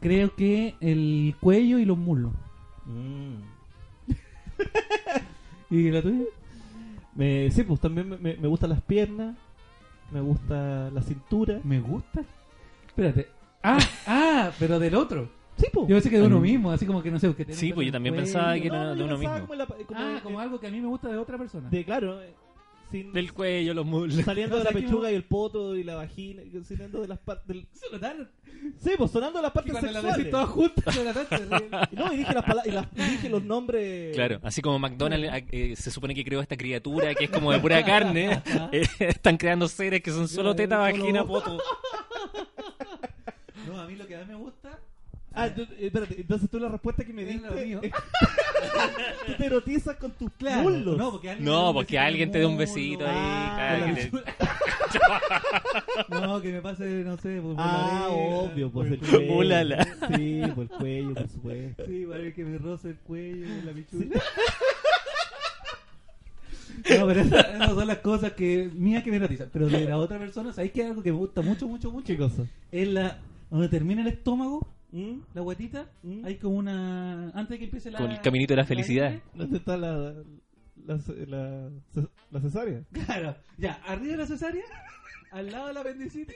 S3: Creo que el cuello y los muslos.
S2: Mm.
S3: ¿Y la tuya?
S2: Me- sí, pues también me, me- me gustan las piernas, me gusta la cintura.
S3: Me gusta. Espérate. Ah, ah, pero del otro.
S2: Sí, pues.
S3: Yo pensé que de uno
S1: Mm.
S3: mismo, así como que no sé. Que tiene
S1: Sí,
S3: un
S1: pues yo
S3: pelo en el
S1: también
S3: cuello.
S1: pensaba que era de
S2: yo
S1: uno
S2: pensaba
S1: mismo.
S2: en la pa- como
S3: Ah,
S2: de-
S3: como algo que a mí me gusta de otra persona.
S2: de claro, eh, sin,
S1: Del cuello, los muslos.
S2: saliendo
S3: No,
S2: de la
S3: ¿sabes qué?
S2: pechuga y el poto y la vagina, y saliendo de las partes del-
S3: Se lo dan.
S2: Sí, pues sonando las
S3: Y
S2: partes
S3: cuando la
S2: sexuales.
S3: decís todas juntas, se lo dan. se-
S2: No, y dije las pala- y las- y dije los nombres.
S1: Claro, así como McDonald's eh, se supone que creó esta criatura que es como de pura carne, eh, están creando seres que son solo teta,
S3: Solo-
S1: vagina, poto.
S3: No, a mí lo que más me gusta
S2: Ah, tú- eh, espérate, entonces tú la respuesta que me
S3: Es lo
S2: diste
S3: mío.
S2: es- tú te erotizas con tus
S3: Claro,
S2: muslos.
S3: No, porque alguien,
S1: No,
S3: me dé un
S1: porque
S3: besito en
S1: alguien
S3: el
S1: te dé un
S3: muslo.
S1: besito ahí.
S2: Ah,
S1: claro,
S2: la
S1: que te-
S3: No, que me pase, no sé, por, por
S2: Ah,
S3: la oreja,
S2: obvio, pues
S3: por
S2: el cuello.
S1: Ulala.
S2: Sí, por el cuello, por supuesto.
S3: Sí, para que me roce el cuello, la pichula. No, pero esas, esas son las cosas que mías que me erotizan. Pero de la otra persona, ¿sabéis que algo que me gusta mucho, mucho, mucho?
S2: ¿Qué cosa?
S3: Es la. Donde termina el estómago,
S2: ¿Mm?
S3: la guatita,
S2: ¿Mm?
S3: hay como una. Antes de que empiece la.
S1: Con el caminito de la felicidad.
S3: hernia,
S2: ¿Dónde está la, la, ce- la, ce- la cesárea?
S3: Claro, ya, arriba de la cesárea, al lado de la apendicitis.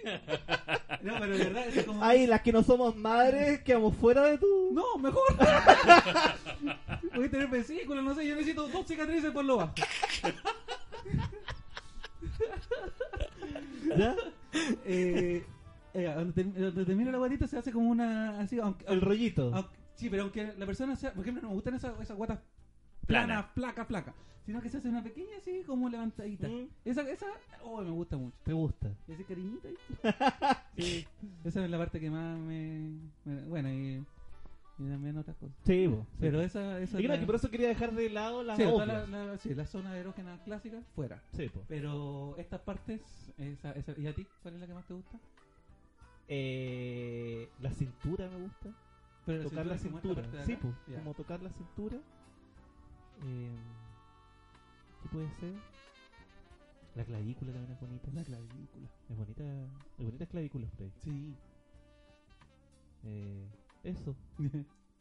S3: No, pero de verdad, es como.
S2: Ay, las que no somos madres quedamos fuera de tu.
S3: No, mejor. Voy a tener vesículas, no sé, yo necesito dos cicatrices por lo bajo.
S2: ¿Ya?
S3: Eh, eh, donde, term- donde termina la guatita se hace como una. así, aunque,
S2: El rollito.
S3: aunque- sí, pero aunque la persona sea. Por ejemplo, no me gustan esas, esas guatas planas,
S1: Plana.
S3: placa, placa. Sino que se hace una pequeña así, como levantadita.
S2: Mm.
S3: Esa, esa, oh, me gusta mucho.
S2: ¿Te gusta?
S3: Y ese cariñito ahí. Sí, esa es la parte que más me. me- bueno, y, y también otras cosas.
S2: Sí, vos. sí.
S3: Pero esa. esa
S2: Yo creo
S3: la-
S2: que por eso quería dejar de lado las
S3: Sí, toda
S2: obvias.
S3: la, la- sí, la zona erógena clásica, fuera.
S2: Sí, po.
S3: Pero estas partes, esa, esa- ¿y a ti cuál es la que más te gusta?
S2: Eh, la cintura me gusta.
S3: Pero
S2: tocar la
S3: es como esta
S2: cintura.
S3: parte de
S2: Sí, pues,
S3: acá.
S2: po.
S3: Ya.
S2: Como tocar la cintura. Eh, ¿Qué puede ser? La clavícula también es bonita.
S3: La clavícula.
S2: Es bonita. Es bonita clavícula, Freddy.
S3: Sí.
S2: Eh, eso.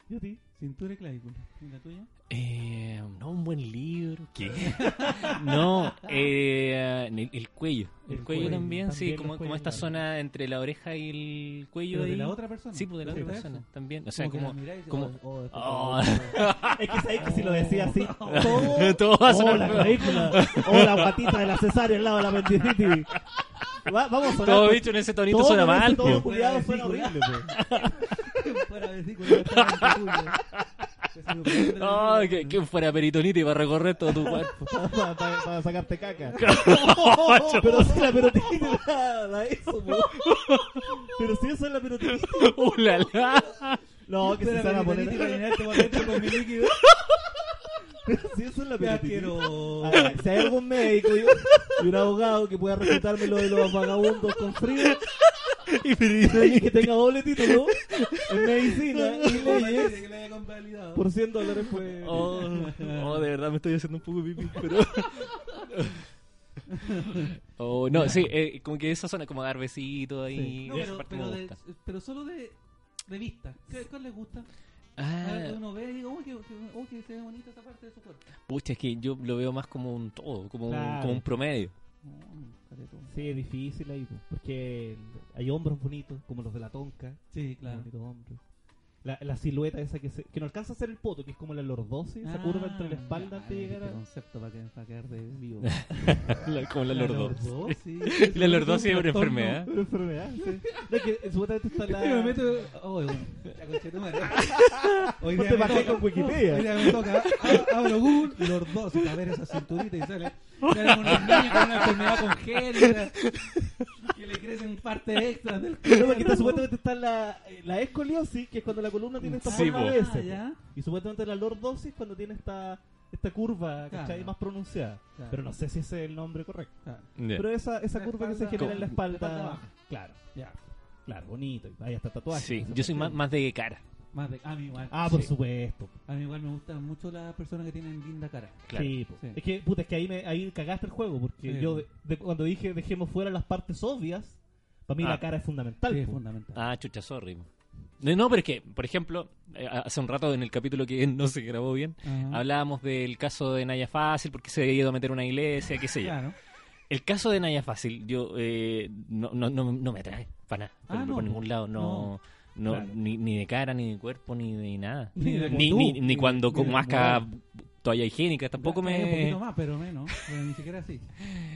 S2: ¿Y a ti?
S3: Cintura y clavícula. ¿Y la tuya?
S1: Eh, no, un buen libro. ¿Qué? no, eh, el, el cuello. El,
S2: El
S1: cuello,
S2: cuello,
S1: también, sí,
S2: también
S1: como,
S2: el
S1: como
S2: cuello,
S1: esta
S2: claro.
S1: zona entre la oreja y el cuello.
S3: Pero de
S1: ahí.
S3: la otra persona.
S1: Sí, pues de la
S3: ¿Te
S1: otra
S3: gusta
S1: persona
S3: eso?
S1: también. O sea,
S3: que
S1: como.
S3: la miráis y se-
S1: como-
S3: oh, esto-
S1: Oh.
S2: Ah, Es que sabes que si lo decía así, todo.
S1: Todo va a
S2: o
S1: sonar
S2: la
S1: feo.
S2: clavícula. o la guatita de la cesárea al lado de la apendicitis. Va- vamos a sonar.
S1: Todo
S2: con-
S1: dicho en ese tonito
S2: todo
S1: suena
S2: con ese
S1: mal,
S2: tono
S1: po.
S2: culiado suena horrible, po.
S3: Fuera vesícula. está en tu culo. Se me ocurrió que
S1: No,
S3: te-
S1: que, que fuera peritonita y va a recorrer todo tu cuerpo.
S2: para, para- para sacarte caca. pero si la perotiquita era la eso, po. Pero si eso es la perotiquita.
S1: ¡Uh, la, la!
S2: No, que
S3: Fuera
S2: se van a poner.
S3: apendicitis, caminarte por dentro con mi líquido.
S2: Pero si eso es la
S3: Qué
S2: perotiquita.
S3: asqueroso.
S2: Ahora, si hay algún médico y, y un abogado que pueda refutarme lo de los vagabundos con frío
S1: Y
S2: y
S1: peritonita.
S2: que tenga doble título en medicina y
S3: Parece
S2: leyes
S3: que lo haya convalidado.
S2: por 100 dólares, pues.
S1: Oh, oh, de verdad me estoy haciendo un poco pipí, pero. Oh, no, sí, eh, como que esa zona, como dar besitos ahí.
S3: No,
S1: esa
S3: pero,
S1: parte
S3: pero
S1: me
S3: de-
S1: gusta.
S3: pero solo de, de vista. ¿Qué, ¿Cuál les gusta? Algo que
S1: Ah,
S3: uno ve y digo, uy, que, que- uy, que se ve bonita esa parte de su cuerpo.
S1: pucha, es que yo lo veo más como un todo, como, un-
S2: Claro.
S1: como un promedio.
S3: No, nunca de todo.
S2: Sí, es difícil ahí, po, porque hay hombros bonitos, como los de la tonca.
S3: Sí,
S2: Claro.
S3: claro.
S2: La, la silueta esa que, se- que no alcanza a ser el poto, que es como la lordosis, esa
S3: Ah,
S2: curva entre la espalda antes de
S3: ya,
S2: llegar
S3: este
S2: a...
S3: concepto para, que, para quedar de vivo.
S1: La- como la lordosis.
S3: lordosis.
S1: La lordosis es una enfermedad.
S2: Una enfermedad, sí. No, es que eh, supuestamente está la...
S3: Yo me meto. Oh, bueno. La conchetumare. Hoy
S2: No
S3: día
S2: te
S3: me
S2: bajé
S3: toca.
S2: con Wikipedia.
S3: Hoy día me toca. Ah, Abro Google, lordosis, a ver esa cinturita y sale. Sale como unos niños con una enfermedad congénita. Que le crecen partes extras del
S2: No, porque está- supuestamente está la, eh, la escoliosis, que es cuando la columna tiene esta
S1: Sí,
S2: forma
S1: po. Ah,
S2: de este? S, po.
S3: Ah, ya.
S2: Y supuestamente la lordosis cuando tiene esta, esta curva, ¿cachai?
S3: Claro.
S2: Más pronunciada.
S3: Claro.
S2: Pero no sé si ese es el nombre correcto.
S3: Claro,
S1: Ya.
S2: Pero esa, esa
S3: La
S2: curva que se
S3: espalda-
S2: genera en la
S3: como-
S2: espalda...
S3: la espalda baja.
S2: claro,
S3: ya.
S2: claro, bonito. Y ahí hasta tatuaje.
S1: Sí, yo soy más, más de cara.
S3: Más de, a mí igual.
S2: Ah, por
S3: Sí.
S2: supuesto.
S3: A mí igual me gustan mucho las personas que tienen linda cara.
S1: Claro.
S2: Sí, po.
S3: Sí.
S2: Es que, puta, es que ahí, me, ahí cagaste el juego, porque
S3: Sí.
S2: yo de- de- cuando dije dejemos fuera las partes obvias, para mí
S1: Ah.
S2: la cara es fundamental.
S3: Sí, es
S2: po.
S3: fundamental.
S1: Ah, chucha, sorry. No, no, pero es que, por ejemplo, eh, hace un rato en el capítulo que no se grabó bien,
S3: Ajá.
S1: hablábamos del caso de Naya Fácil, porque se había ido a meter a una iglesia, qué sé yo.
S3: Claro.
S1: El caso de Naya Fácil, yo eh, no, no, no, no me atrae para nada, por,
S3: Ah, no,
S1: por ningún lado, no, no,
S2: Claro.
S1: ni, ni de cara, ni de cuerpo, ni de nada.
S3: Ni de
S1: Ni,
S2: tú,
S1: ni, ni cuando
S3: ni
S1: con
S3: de
S1: masca toalla higiénica, tampoco
S3: Trae Un
S1: me...
S3: poquito más, pero menos. Pero ni siquiera así.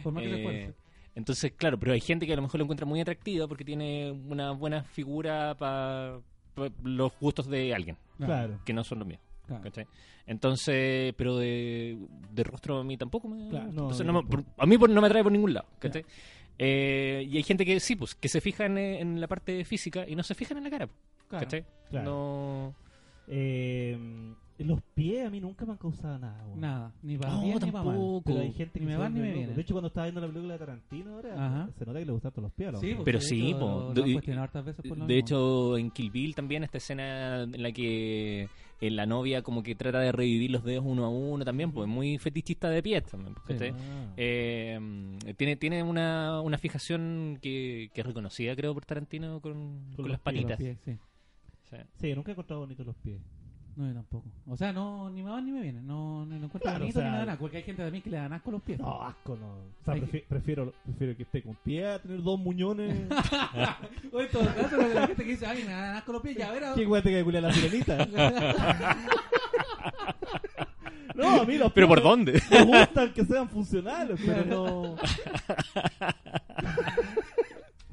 S3: Por más que
S1: Eh,
S3: se esfuerce.
S1: entonces, claro, pero hay gente que a lo mejor lo encuentra muy atractiva porque tiene una buena figura para los gustos de alguien,
S2: Claro.
S1: que no son los míos.
S2: Ah.
S3: claro.
S1: ¿cachai? Entonces, pero de, de rostro a mí tampoco me...
S2: Claro, no,
S1: entonces
S2: yo
S1: no me-
S2: tampoco.
S1: por- a mí por- no me atrae por ningún lado. ¿cachai? Eh, y hay gente que sí, pues, que se fijan eh, en la parte física y no se fijan en la cara. pues,
S3: Claro.
S1: ¿cachai?
S2: Claro.
S1: No...
S2: Eh, los pies a mí nunca me han causado nada, weón.
S3: Nada. Ni para
S1: No,
S3: bien ni para mal.
S1: tampoco.
S2: Pero hay gente que
S3: Ni me
S2: se
S3: van ni
S2: vuelve
S3: me
S2: loco.
S3: vienen.
S2: De hecho, cuando estaba viendo la película de Tarantino ahora,
S3: Ajá.
S2: se nota que le gustan todos los pies. a los hombres.
S1: Pero
S3: pues, de
S1: sí,
S3: hecho,
S1: po.
S3: lo- lo
S1: De-
S3: han cuestionado hartas veces por lo
S1: De
S3: mismo.
S1: hecho, en Kill Bill también esta escena en la que eh, la novia como que trata de revivir los dedos uno a uno también, pues muy fetichista de pies también. pues,
S3: Sí.
S1: ¿cachai?
S2: Ah.
S1: Eh, tiene tiene una, una fijación que, que es reconocida, creo, por Tarantino con, con
S2: los
S1: las
S3: Sí, los
S1: patitas.
S3: pies, sí.
S1: Sí.
S2: Sí, nunca he encontrado bonitos los pies.
S3: No, yo tampoco. O sea, no, ni me van ni me vienen. No, no lo encuentro
S2: Claro,
S3: bonito
S2: o sea-
S3: ni me dan asco. Porque hay gente también que le dan asco los pies.
S2: No, asco, no. O sea,
S3: Hay
S2: prefi-
S3: que-
S2: prefiero, prefiero que esté con pie a tener dos muñones.
S3: Oye, todo el rato la gente que dice, ay, me dan asco los pies. Ya, a ver, a-
S2: ¿Qué guay te que culiar la sirenita? no, a mí los
S1: ¿Pero
S2: pies
S1: por dónde?
S2: Me gustan que sean funcionales, pero no.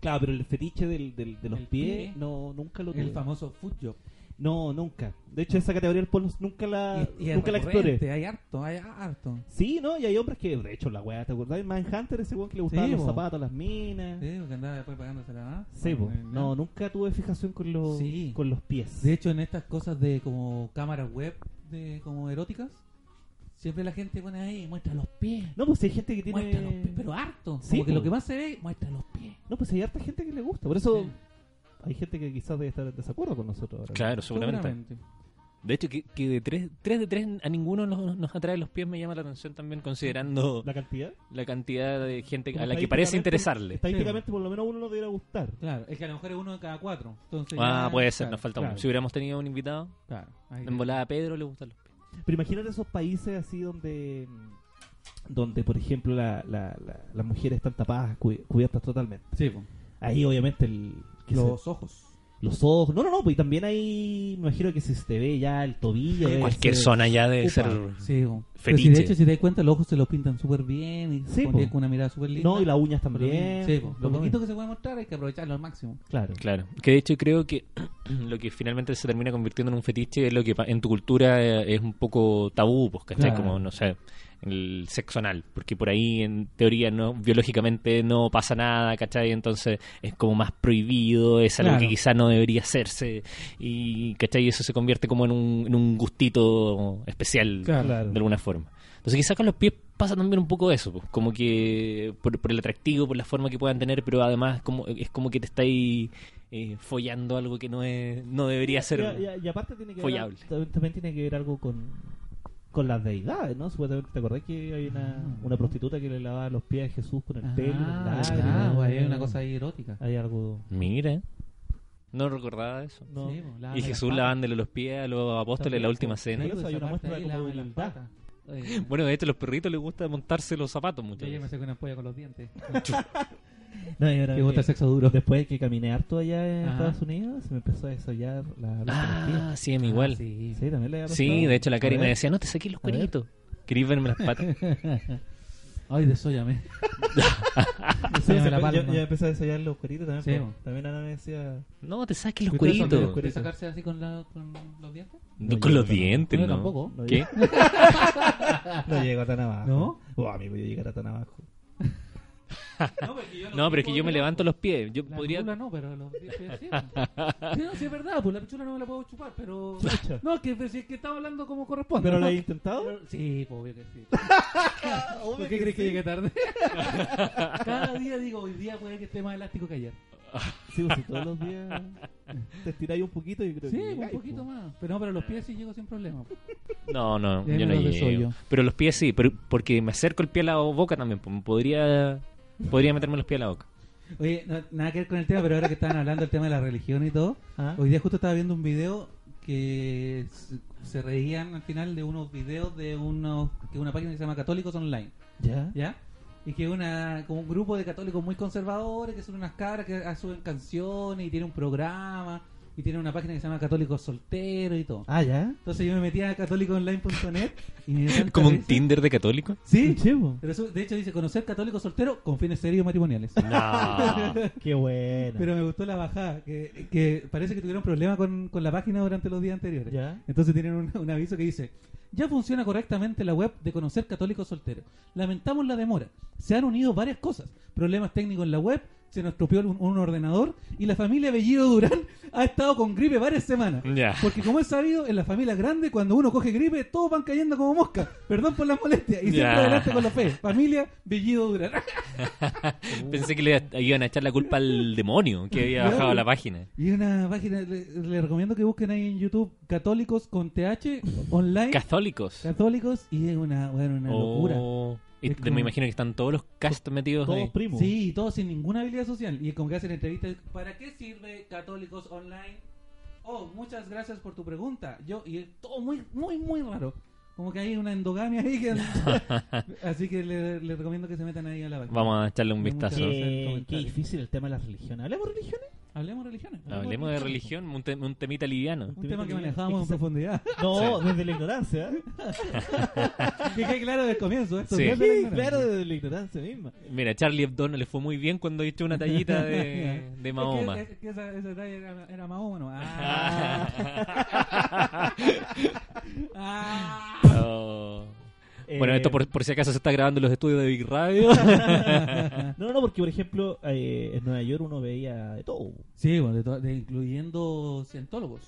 S2: claro, pero el fetiche del, del- de los
S3: El
S2: pies,
S3: pie.
S2: no, nunca lo tuve.
S3: el famoso food job.
S2: No, nunca. De hecho, esa categoría del porno nunca la,
S3: Y- y es
S2: Ah, nunca la
S3: recurrente,
S2: exploré.
S3: Hay harto, hay harto.
S2: Sí, ¿no? Y hay hombres que, de hecho, la weá, ¿te acordás? El Manhunter, ese weón que le gustaban
S3: Sí,
S2: los
S3: po.
S2: zapatos, las minas.
S3: Sí, porque andaba después ¿ah? pagándose la nada.
S2: Sí, po. No, nunca tuve fijación con los,
S3: Sí.
S2: con los pies.
S3: De hecho, en estas cosas de como cámaras web, de como eróticas, siempre la gente pone ahí, muestra los pies.
S2: No, pues hay gente que
S3: Muestra los pies,
S2: tiene.
S3: pero harto.
S2: Sí,
S3: como que
S2: po.
S3: lo que más se ve, muestra los pies.
S2: No, pues hay harta gente que le gusta. Por eso
S3: Sí.
S2: hay gente que quizás debe estar en desacuerdo con nosotros ahora.
S1: Claro, seguramente. De hecho, que, que de 3 de 3 a ninguno nos, nos atrae los pies me llama la atención también considerando
S2: La cantidad.
S1: la cantidad de gente a la que
S2: Estadísticamente-
S1: parece interesarle.
S2: Estadísticamente, por lo menos uno nos debería gustar.
S3: Claro, es que a lo mejor es uno de cada cuatro. Entonces
S1: Ah,
S3: ya-
S1: puede ser,
S3: claro,
S1: nos falta
S2: claro.
S1: uno. Si hubiéramos tenido un invitado,
S3: Claro, ahí
S1: en volada a Pedro le gustan los pies.
S2: Pero imagínate esos países así donde. Donde, por ejemplo, la- la- la- las mujeres están tapadas, cu- cubiertas totalmente.
S3: Sí, po.
S2: Ahí, obviamente, el. qué sé-
S3: los ojos.
S2: los ojos. No, no, no, pues y también ahí. Me imagino que si se te ve ya el tobillo. eh, debe
S1: Cualquier
S2: ser-
S1: zona ya debe
S2: upa.
S1: ser...
S3: Sí, po.
S1: Fetiche.
S3: Pero si de hecho, si te das cuenta, los ojos se los pintan súper bien y
S2: Sí,
S3: se
S2: po.
S3: ponen con una mirada súper linda.
S2: No, y las uñas
S3: Por lo mismo.
S2: también.
S3: Sí, po. Lo
S2: Lo
S3: poquito
S2: mismo.
S3: que se puede mostrar hay que aprovecharlo al máximo.
S2: Claro.
S1: Claro, que de hecho creo que lo que finalmente se termina convirtiendo en un fetiche es lo que pa- en tu cultura eh, es un poco tabú, pues, ¿cachai?
S3: Claro.
S1: Como, no sé, el sexo anal, porque por ahí en teoría no biológicamente no pasa nada, ¿cachai? Entonces es como más prohibido, es algo
S3: Claro.
S1: que quizá no debería hacerse, y ¿cachai? Eso se convierte como en un, en un gustito especial
S2: Claro.
S1: de alguna forma. Entonces quizás con los pies pasa también un poco eso, pues, como que por, por el atractivo, por la forma que puedan tener, pero además como, es como que te estáis eh, follando algo que no es, no debería ser.
S2: Y, y- y aparte tiene que ver-
S1: follable.
S2: también, también tiene que ver algo con, con las deidades, ¿no? Supuestamente, ¿te acordás que hay una, una prostituta que le lavaba los pies a Jesús con el pelo? Ah, y con
S3: Mm. Ah,
S2: lágrimas?
S3: ah, pues ahí hay una cosa ahí erótica.
S2: Hay algo...
S1: Mira, eh. no recordaba eso.
S2: No.
S3: Sí, po, la-
S1: y
S3: la-
S1: Jesús
S3: la-
S1: lavándole los pies a los apóstoles en la
S2: También,
S1: última
S2: pues,
S1: cena.
S2: sí. Hay una
S3: Esa
S2: muestra
S3: parte ahí,
S2: como
S3: lávame
S2: de
S3: las
S2: humildad.
S3: patas. Oye,
S1: Bueno, de hecho, a los perritos les gusta montarse los zapatos
S3: Yo
S1: muchas
S3: ya me
S1: veces.
S3: saco una polla con los dientes.
S2: No, y ahora
S3: Que gusta
S2: que-
S3: el sexo duro.
S2: Después de que caminé harto allá en
S3: Ajá.
S2: Estados Unidos, se me empezó a desollar la... la
S1: Ah,
S2: Eucaristía.
S1: sí, a mí igual.
S3: Ah,
S1: sí.
S3: sí.
S2: Sí, también le había
S1: de hecho, la Cari
S2: cara
S1: me decía, no te saqué los
S2: A ver.
S1: cueritos. Querís verme las patas.
S3: Ay, desóyame.
S2: Yo,
S3: desóyame Ah, la
S2: yo,
S3: palma.
S2: yo empecé a desollar los cueritos también.
S3: Sí,
S2: po. También Ana me decía...
S1: No, te saques los
S2: Ustedes son
S1: cueritos.
S2: medio
S3: ¿Puede sacarse así con, la, con los dientes?
S2: No,
S1: con
S2: yo
S1: los
S2: no.
S1: dientes,
S3: No,
S1: ¿no?
S3: yo tampoco.
S2: No
S1: ¿Qué?
S2: No llego tan abajo.
S3: ¿No?
S2: Oh, amigo, yo llegar tan abajo.
S3: No, pero, yo
S1: No, pero es que yo me levanto los pies. Yo
S3: La
S1: podría...
S3: pichula no, pero los dientes sí. Sí, no, sí es verdad, pues la pichula no me la puedo chupar, pero... No, es que, si es que estaba hablando como corresponde.
S2: ¿Pero
S3: ¿no?
S2: lo he intentado?
S3: Pero- Sí, pues obvio que sí. ¿Por qué crees que llegué tarde? Cada día digo, hoy día puede que esté más elástico que ayer.
S2: Sí, pues, si todos los días te estiráis un poquito, yo creo
S3: Sí,
S2: que.
S3: un
S2: llegáis, pues.
S3: poquito
S2: po.
S3: más. Pero no, pero los pies sí llego sin problema.
S1: No, no,
S3: Y ahí
S1: yo no
S3: me lo
S1: llego.
S3: desollo.
S1: Pero los pies sí, pero porque me acerco el pie a la boca también. pues, Podría, podría meterme los pies a la boca.
S3: Oye, no- nada que ver con el tema, pero ahora que estaban hablando del tema de la religión y todo,
S2: Ah.
S3: hoy día justo estaba viendo un video que se- se reían al final de unos videos de unos, que una página que se llama Católicos Online.
S2: Ya.
S3: ¿ya? Y que una, como un grupo de católicos muy conservadores, que son unas cabras que ah, suben canciones y tienen un programa y tienen una página que se llama Católicos Solteros y todo.
S2: Ah, ya.
S3: Entonces yo me metí a católicoonline.net y me dio tanta
S1: ¿Como un
S3: risa.
S1: Tinder de católico?
S3: Sí,
S2: Chivo.
S3: pero eso- de hecho dice conocer católicos solteros con fines serios matrimoniales.
S1: No.
S2: Qué buena.
S3: Pero me gustó la bajada, que, que parece que tuvieron problemas con, con la página durante los días anteriores.
S2: Ya.
S3: Entonces tienen un, un aviso que dice, ya funciona correctamente la web de conocer católicos solteros. Lamentamos la demora. Se han unido varias cosas. Problemas técnicos en la web, se nos estropeó un, un ordenador y la familia Bellido Durán ha estado con gripe varias semanas.
S1: Ya.
S3: Porque como es sabido, en las familias grandes, cuando uno coge gripe, todos van cayendo como moscas. Perdón por las molestias. Y siempre
S1: Ya.
S3: adelante con la fe. Familia Bellido Durán.
S1: Pensé que le iban a echar la culpa al demonio que había
S3: Claro.
S1: bajado la página.
S3: Y una página, le, le recomiendo que busquen ahí en YouTube Católicos con TH online.
S1: Católicos.
S3: Católicos y es una, bueno, una locura.
S1: Oh. Y
S3: Es
S1: te-
S3: como-
S1: me imagino que están todos los cast metidos
S2: Todos
S1: ahí.
S2: primos.
S3: Sí, y todo sin ninguna habilidad social. Y como que hacen entrevistas. ¿Para qué sirve Católicos online? Oh, muchas gracias por tu pregunta. Yo, y es todo muy, muy, muy raro. Como que hay una endogamia ahí. que- Así que le, le recomiendo que se metan ahí a la página.
S1: Vamos a echarle un
S3: Hay
S1: vistazo.
S3: muchas-
S2: Qué, qué difícil el tema de las religiones. ¿Hablemos de religiones?
S3: Hablemos de religiones.
S1: Hablemos de religión, un, te- un temita liviano.
S3: Un tema que manejamos en profundidad.
S2: No,
S1: Sí.
S2: desde la ignorancia.
S3: que quede claro desde el comienzo. Esto
S1: Sí.
S3: no es de la
S2: Sí,
S3: ignorancia.
S2: claro, desde la ignorancia misma.
S1: Mira, Charlie Hebdo no le fue muy bien cuando hizo una tallita de, de Mahoma.
S3: Es que- es que esa, esa talla era, era Mahoma, ¿no? Ah.
S1: Ah.
S3: Ah.
S1: Oh. Bueno,
S2: Eh,
S1: esto por, por si acaso se está grabando en los estudios de Big Radio.
S2: No, no, no, porque por ejemplo, eh, en Nueva York uno veía de todo.
S3: Sí, bueno, de to- de- incluyendo cientólogos.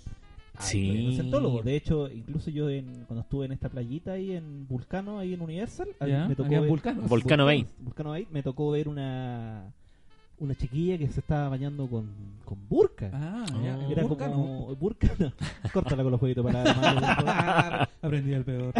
S2: Un
S1: sí.
S2: centólogo. De hecho, incluso yo en- cuando estuve en esta playita ahí en Vulcano, ahí en Universal, ahí
S3: ¿Ya?
S2: me tocó
S3: Había
S2: ver-
S3: vulcanos.
S1: Volcano Bay.
S2: Vulcano Bay, me tocó ver una una chiquilla que se estaba bañando con, con burka.
S3: Ah, ya.
S1: Oh.
S2: Era
S3: Vulcano.
S2: como burka, no. Córtala con los jueguitos para la madre, por favor.
S3: Ah, Aprendí el peor.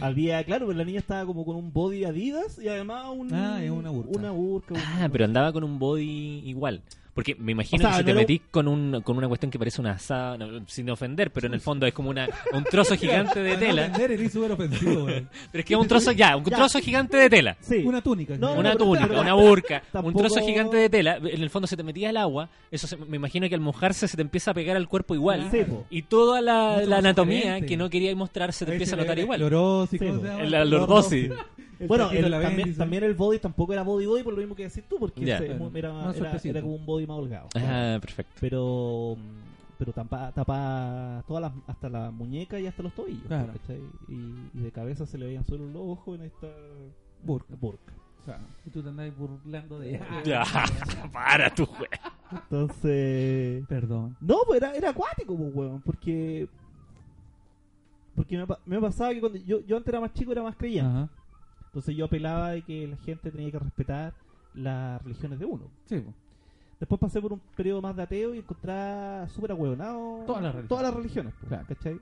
S2: Había, claro, pero la niña estaba como con un body Adidas y además un,
S3: Ah, es una burka.
S2: Una burka. un-
S1: Ah, pero andaba con un body igual. Porque me imagino
S2: O sea,
S1: que si
S2: no
S1: te
S2: era un-
S1: metís con, un, con una cuestión que parece una asada, no, sin ofender, pero en el fondo es como una, un trozo gigante de
S3: Para Ah, no
S1: tela.
S3: Aprender el súper ofensivo, güey.
S1: Pero es que es un trozo, ya, un
S2: Ya.
S1: trozo gigante de tela.
S2: Sí.
S3: Una túnica.
S2: No,
S1: Una
S2: pero-
S1: túnica,
S2: pero-
S1: una burca, un
S2: tampoco-
S1: trozo gigante de tela. En el fondo se te metía el agua. Eso se- me imagino que al mojarse se te empieza a pegar al cuerpo igual.
S2: Sí, po.
S1: Y toda la,
S3: Mucho
S1: la
S3: más
S1: anatomía
S3: sugerente.
S1: que no querías mostrar se te empieza a notar igual.
S3: Lorosis,
S2: Sí,
S3: ¿cómo
S2: bo.
S3: se llama?
S1: El- La lordosis.
S3: El
S2: bueno,
S3: taquito
S2: el-
S3: de la
S2: también,
S3: Bendis,
S2: también el body tampoco era body body por lo mismo que decís tú, porque
S1: Ya.
S2: ese
S3: Claro.
S2: era,
S3: Más
S2: era-
S3: sueltecito.
S2: era como un body más holgado.
S1: Ah, perfecto.
S2: Pero mm, pero tapa, tapa todas las, hasta la muñeca y hasta los tobillos.
S3: Claro.
S2: ¿cachai? Y, y de cabeza se le veían solo los ojos en esta
S3: Burka.
S2: burka.
S3: Claro. Y tú te andás burlando de.
S1: Ya, para tu juego.
S2: Entonces...
S3: Perdón.
S2: No, pues era, era acuático, pues, weón, porque... Porque me, pa- me pasaba que cuando yo, yo antes era más chico, era más creyente.
S3: Ajá.
S2: Entonces yo apelaba de que la gente tenía que respetar las religiones de uno.
S3: Sí, bo.
S2: Después pasé por un periodo más de ateo y encontraba súper ahueonado
S3: Todas las religiones.
S2: todas las religiones, pues,
S3: Claro.
S2: ¿cachai?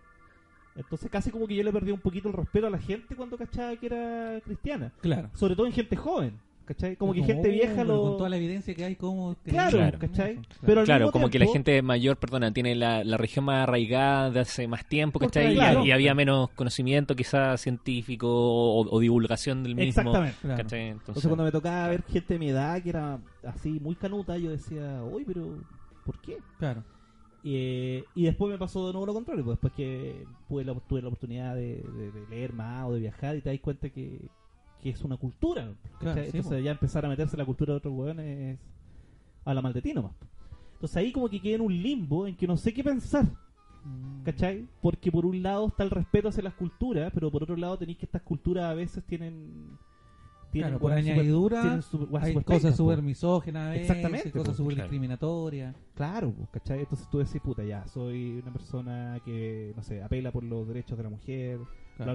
S2: Entonces casi como que yo le perdí un poquito el respeto a la gente cuando cachaba que era cristiana.
S3: claro.
S2: Sobre todo en gente joven, ¿cachai? Como que
S3: No,
S2: gente vieja
S3: pero
S2: lo...
S3: uh, Con toda la evidencia que hay, como. que-
S2: Claro,
S1: Claro.
S2: ¿cachai?
S3: Pero
S2: Pero al
S1: Claro,
S2: mismo
S1: como que la
S2: tiempo-
S1: gente mayor, perdona, tiene la, la región más arraigada de hace más tiempo,
S2: Porque
S1: ¿cachai? Y-
S2: claro.
S1: y había menos conocimiento quizás científico o, o divulgación del mismo.
S2: Exactamente.
S3: Claro.
S1: ¿cachai?
S2: Entonces
S1: Entonces,
S2: cuando me tocaba ver gente de mi edad que era así muy canuta, yo decía, uy, pero ¿por qué?
S3: Claro.
S2: Y, eh, y después me pasó de nuevo lo contrario, pues después que pude la, tuve la oportunidad de, de- de leer más o de viajar y te das cuenta que, que es una cultura. ¿cachai?
S3: Claro, sí, pues.
S2: Entonces
S3: po.
S2: ya empezar a meterse la cultura de otros hueones a la maldetino más. Entonces ahí como que quedé en un limbo en que no sé qué pensar,
S3: Mm.
S2: ¿cachai? Porque por un lado está el respeto hacia las culturas, pero por otro lado tenéis que estas culturas a veces tienen...
S3: Claro, por
S2: hueones super-
S3: añadidura,
S2: tienen super- hueas
S3: Hay
S2: super pues.
S3: cosas
S2: pencas, po.
S3: súper misógenas, a veces,
S2: Exactamente,
S3: cosas
S2: pues,
S3: súper
S1: claro.
S3: discriminatorias.
S2: Claro, pues, ¿cachai? Entonces tú decís, puta, ya, soy una persona que, no sé, apela por los derechos de la mujer,
S3: Claro.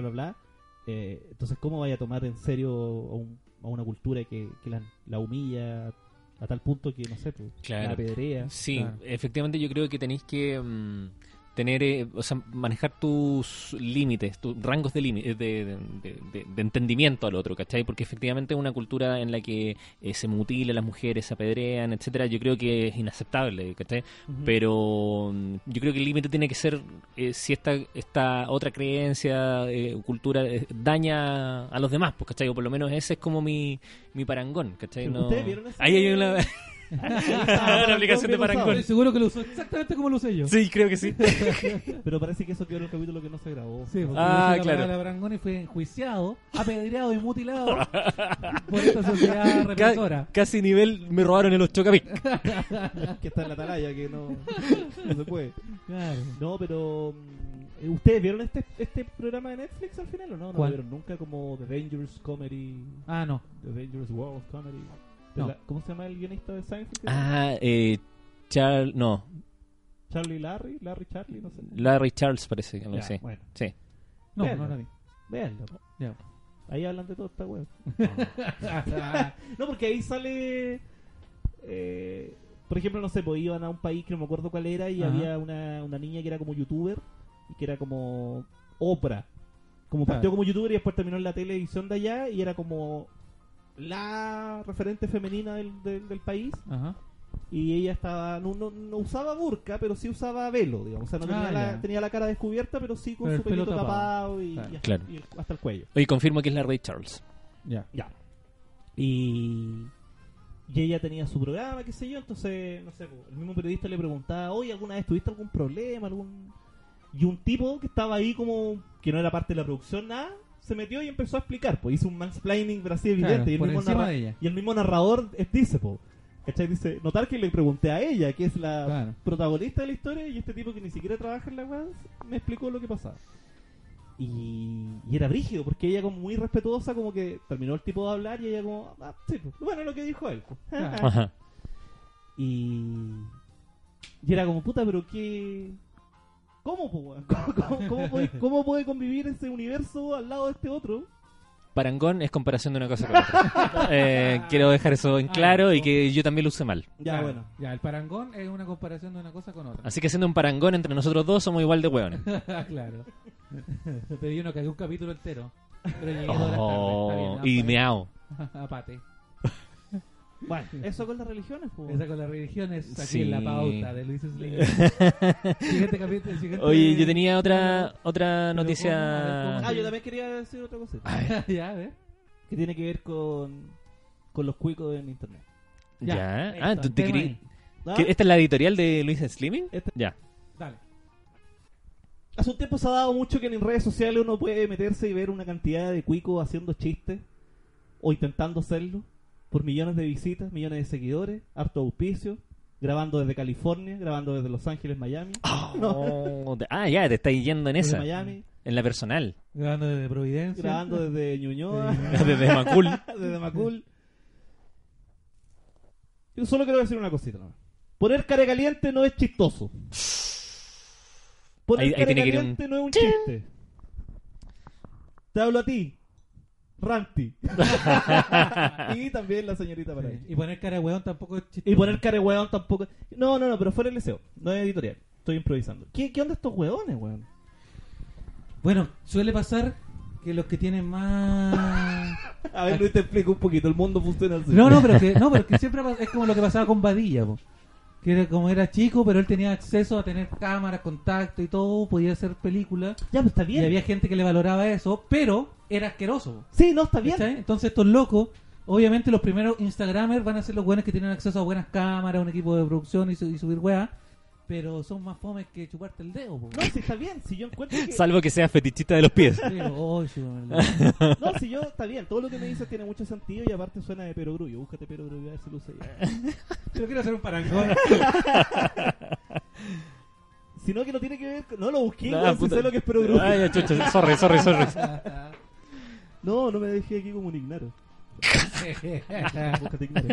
S2: bla, bla, bla. Eh, entonces, ¿cómo vaya a tomar en serio a, un- a una cultura que, que la, la humilla A tal punto que, no sé, pues,
S1: Claro.
S2: la pedrea.
S1: Sí,
S3: Claro.
S1: efectivamente yo creo que tenéis que mm, tener, eh, o sea, manejar tus límites, tus rangos de, límite- de, de- de- de- de entendimiento al otro, ¿cachai? Porque efectivamente es una cultura en la que eh, se mutila a las mujeres, se apedrean, etcétera, yo creo que es inaceptable, ¿cachai?
S2: Ujú.
S1: Pero mm, yo creo que el límite tiene que ser eh, si esta, esta otra creencia, eh, cultura, eh, daña a los demás, pues, ¿cachai? O por lo menos ese es como mi, mi parangón, ¿cachai?
S2: Pero
S1: No...
S2: ustedes vieron esa-
S1: Ahí hay una...
S2: Parangón,
S1: aplicación de
S2: bien usado.
S1: parangón.
S3: Estoy seguro que lo usó exactamente como lo usé yo.
S1: Sí, creo que sí.
S2: Pero parece que eso quedó en el capítulo que no se grabó.
S3: Sí, pues. porque
S1: Ah,
S3: usó la
S1: claro.
S3: palabra Brangón y fue enjuiciado, apedreado y mutilado por esta sociedad represora.
S1: casi nivel me robaron el 8 capic.
S2: que está en la atalaya, que no, no se puede.
S3: Claro.
S2: No, pero. mm, ¿Ustedes vieron este, este programa de Netflix al final o no? No
S3: ¿Cuál?
S2: lo vieron nunca como The Dangerous Comedy.
S3: Ah, no.
S2: The Dangerous World of Comedy. De
S3: No.
S2: la- ¿Cómo se llama el guionista de Seinfeld?
S1: Ah, eh, Charles, no,
S2: Charlie Larry, Larry Charlie, no sé.
S1: Larry Charles parece que no
S2: Ya,
S1: sé.
S2: Bueno,
S1: Sí.
S3: No,
S2: Bueno.
S3: no la vi.
S2: véanlo. po.
S3: Ya.
S2: Ahí hablan de todo esta web. No, porque ahí sale. eh, por ejemplo, no sé, pues iban a un país que no me acuerdo cuál era y
S3: Ajá.
S2: había una, una niña que era como youtuber y que era como Oprah. Como
S3: Claro.
S2: partió como youtuber y después terminó en la televisión de allá y era como la referente femenina del, del- del país
S3: Ajá.
S2: y ella estaba no, no, no usaba burka pero sí usaba velo digamos o sea no
S3: Ah,
S2: tenía, la,
S3: ya.
S2: tenía la cara descubierta pero sí con
S3: Pero el
S2: su pelito
S3: pelo
S2: tapado,
S3: tapado. Ah.
S2: y, y
S3: Claro.
S2: hasta,
S1: Claro.
S2: y el- hasta el cuello
S1: Oye, confirmo que es Larry Charles.
S3: Ya.
S2: ya. Y, y ella tenía su programa, qué sé yo, entonces, no sé, po, el mismo periodista le preguntaba, oye, ¿alguna vez tuviste algún problema? algún Y un tipo que estaba ahí como que no era parte de la producción, nada, se metió y empezó a explicar, pues hizo un mansplaining, pero así evidente,
S3: Claro,
S2: y, el
S3: por
S2: mismo
S3: encima
S2: narra-
S3: de ella.
S2: y el mismo narrador eh, dice, po, ¿cachai? Dice, notar que le pregunté a ella, que es la
S3: Claro.
S2: protagonista de la historia, y este tipo que ni siquiera trabaja en la web me explicó lo que pasaba. Y, y era brígido, porque ella como muy respetuosa, como que terminó el tipo de hablar y ella como, "Ah, sí, pues, bueno, lo que dijo él. pues".
S3: Claro.
S1: Ajá.
S2: Y, y era como, puta, pero qué... ¿Cómo, po, weón? ¿Cómo, cómo- cómo puede, cómo puede convivir ese universo al lado de este otro?
S1: Parangón es comparación de una cosa con otra. Eh, quiero dejar eso
S3: Ah,
S1: en claro y que yo también lo usé mal.
S2: Ya,
S3: Claro.
S2: bueno.
S3: Ya, el parangón es una comparación de una cosa con otra.
S1: Así que siendo un parangón entre nosotros dos somos igual de hueones.
S3: claro. Pero yo no cagué un capítulo entero. Pero llegué dos horas tarde.
S1: Oh,
S3: Está
S1: y
S3: bien,
S1: meao.
S3: apate. Apate.
S2: Bueno, eso con las religiones, po.
S3: Esa con las religiones, aquí
S1: Sí.
S3: en la pauta de Luis Slim. siguiente capítulo. siguiente-
S1: Oye, yo tenía otra otra
S3: Pero ¿cómo? A ver,
S1: noticia.
S2: Ah, yo también quería decir otra cosa.
S3: Ah. ya, a ver.
S2: Que tiene que ver con, con los cuicos en internet.
S1: Ya.
S3: Listo,
S1: Ah, tú te
S3: tema
S1: querí-
S3: ahí.
S2: ¿Ah?
S1: ¿Qué- ¿Esta es la editorial de Luis Slimming?
S2: Esta-
S1: Ya.
S3: Dale.
S2: Hace un tiempo se ha dado mucho que en redes sociales uno puede meterse y ver una cantidad de cuicos haciendo chistes o intentando hacerlo por millones de visitas, millones de seguidores, harto auspicio, grabando desde California, grabando desde Los Ángeles, Miami,
S1: Oh, te- ah, ya, te estáis yendo en
S2: desde
S1: esa.
S2: Miami,
S1: En la personal.
S3: Grabando desde Providencia.
S2: grabando desde Ñuñoa,
S1: Desde Macul.
S2: desde Macul. Yo solo quiero decir una cosita. nomás. Poner cara caliente no es chistoso. Poner
S1: Ahí- ahí
S2: cara
S1: tiene que ir un
S2: caliente no es un chiste. Te hablo a ti, Ranti. y también la señorita para
S3: Sí. Y poner cara de weón tampoco es chistoso.
S2: Y poner cara de hueón tampoco. No, no, no, pero fuera el deseo. No es editorial. Estoy improvisando. ¿Qué, qué onda estos hueones, hueón?
S3: Bueno, suele pasar que los que tienen más.
S2: A ver, Luis, te explico un poquito. El mundo funciona así.
S3: No, no, pero que, no, pero que siempre ha pas- es como lo que pasaba con Badilla, po. que era como era chico, pero él tenía acceso a tener cámaras, contacto y todo, podía hacer películas.
S2: Ya, pues está
S3: Y
S2: bien.
S3: había gente que le valoraba eso, pero era asqueroso.
S2: Sí, no, está
S3: po,
S2: bien.
S3: ¿cachai? Entonces estos locos, obviamente los primeros Instagramers van a ser los buenos que tienen acceso a buenas cámaras, un equipo de producción y, su- y subir weá, pero son más fomes que chuparte el dedo. po.
S2: No, si está bien. Si yo encuentro que.
S1: Salvo que sea fetichista de los pies.
S3: Pero, oh, chúpame el dedo.
S2: No, si yo, está bien, todo lo que me dices tiene mucho sentido y aparte suena de perogrullo. Búscate perogrullo, a ver si lo sé.
S3: Yo quiero hacer un parangón.
S2: Sino que no tiene que ver, con- no lo busqué,
S1: No,
S2: weón, si
S1: Ah, puta.
S2: sé lo que es perogrullo.
S1: Ay, ya, chucha, sorry, sorry, sorry.
S2: No, no me dejé aquí como un ignaro. Búscate ignaro.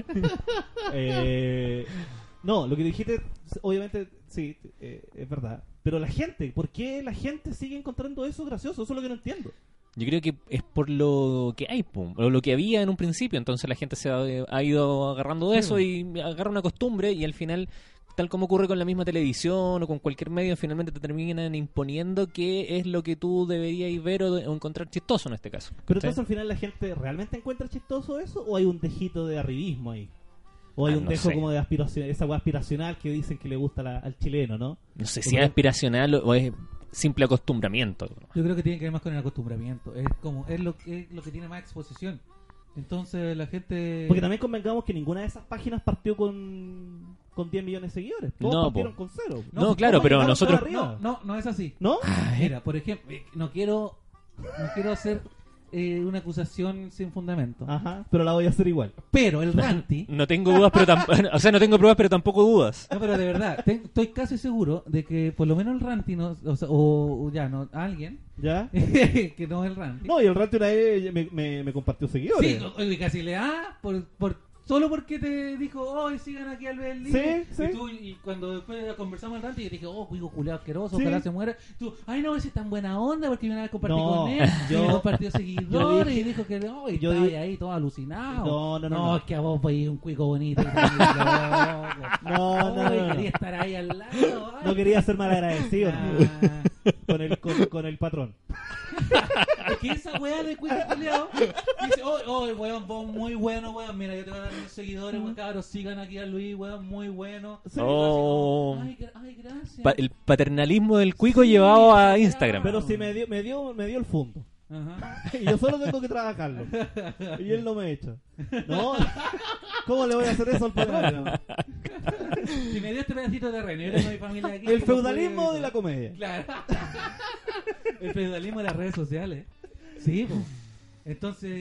S2: Eh, no, lo que dijiste, obviamente, sí, eh, es verdad. Pero la gente, ¿por qué la gente sigue encontrando eso gracioso? Eso es lo que no entiendo.
S1: Yo creo que es por lo que hay, pum, o lo que había en un principio. Entonces la gente se ha, eh, ha ido agarrando de
S3: Sí,
S2: Mm.
S1: eso y agarra una costumbre y al final, tal como ocurre con la misma televisión o con cualquier medio, finalmente te terminan imponiendo qué es lo que tú deberías ver o, o encontrar chistoso en este caso.
S2: Pero
S1: ¿cachai?
S2: entonces al final la gente realmente encuentra chistoso eso o hay un tejito de arribismo ahí. O hay
S1: Ah,
S2: un
S1: no
S2: tejo
S1: sé.
S2: como de aspiración, esa weá aspiracional que dicen que le gusta la- al chileno, ¿no?
S1: No sé si es aspiracional o- o es simple acostumbramiento.
S3: Yo creo que tiene que ver más con el acostumbramiento. Es como es lo, es lo que tiene más exposición. Entonces la gente.
S2: Porque también convengamos que ninguna de esas páginas partió con, con 10 millones de seguidores. Todos
S1: No,
S2: partieron
S1: po.
S2: con cero.
S1: No, claro,
S2: todos
S1: pero
S2: llegaron
S1: nosotros-
S2: para
S3: pues, No,
S2: arriba.
S3: no, no es así.
S2: ¿No?
S3: Mira, por ejemplo, eh, no quiero, no quiero hacer eh, una acusación sin fundamento.
S2: Ajá, pero la voy a hacer igual.
S3: Pero el Ranti,
S1: No tengo dudas, pero tampoco. O sea, no tengo pruebas, pero tampoco dudas.
S3: no, pero de verdad, te- estoy casi seguro de que por lo menos el Ranti, no, o, sea, o- o ya, no, alguien
S2: ¿Ya?
S3: que no es el Ranti.
S2: No, y el rato una vez me, me, me compartió
S3: sí,
S2: seguidores.
S3: oye, casi le da por, por- solo porque te dijo, hoy sigan aquí al Berlín.
S2: Sí, sí.
S3: Y, tú, y cuando después conversamos el Ranti, yo te dije, oh, cuigo culiao asqueroso,
S2: Sí.
S3: ojalá se muera. Tú, ay, no, ese es tan buena onda porque yo una vez compartí
S2: No,
S3: con él,
S2: yo-
S3: yo compartió
S2: yo
S3: seguidores
S2: dije-
S3: y dijo que no, y
S2: yo
S3: yo
S2: di-
S3: ahí todo alucinado.
S2: No, no, no, no.
S3: es que a vos pues un cuico bonito. y te digo, loco.
S2: No, no,
S3: Ay,
S2: no, no.
S3: quería estar ahí al lado. ay.
S2: No quería ser mal agradecido
S3: Ah.
S2: con, el, con, con el patrón.
S3: Es que esa weá de cuico culiao dice, oh, oh, weón, vos muy bueno, weón, mira, yo te voy a dar mis seguidores, weón, cabros, sigan aquí a Luis, weón, muy bueno.
S2: Sí.
S1: Oh.
S3: Ay, gra- ay, gracias.
S1: Pa- el paternalismo del cuico llevado a Instagram.
S2: Pero si me dio, me dio, me dio el fondo.
S3: Ajá.
S2: Y yo solo tengo que trabajarlo. Y él no me echa. No, ¿cómo le voy a hacer eso al patrón?
S3: Si me dio este pedacito de terreno, yo tengo mi familia aquí.
S2: El feudalismo de la comedia.
S3: Claro. El feudalismo de las redes sociales. Sí, po. Entonces.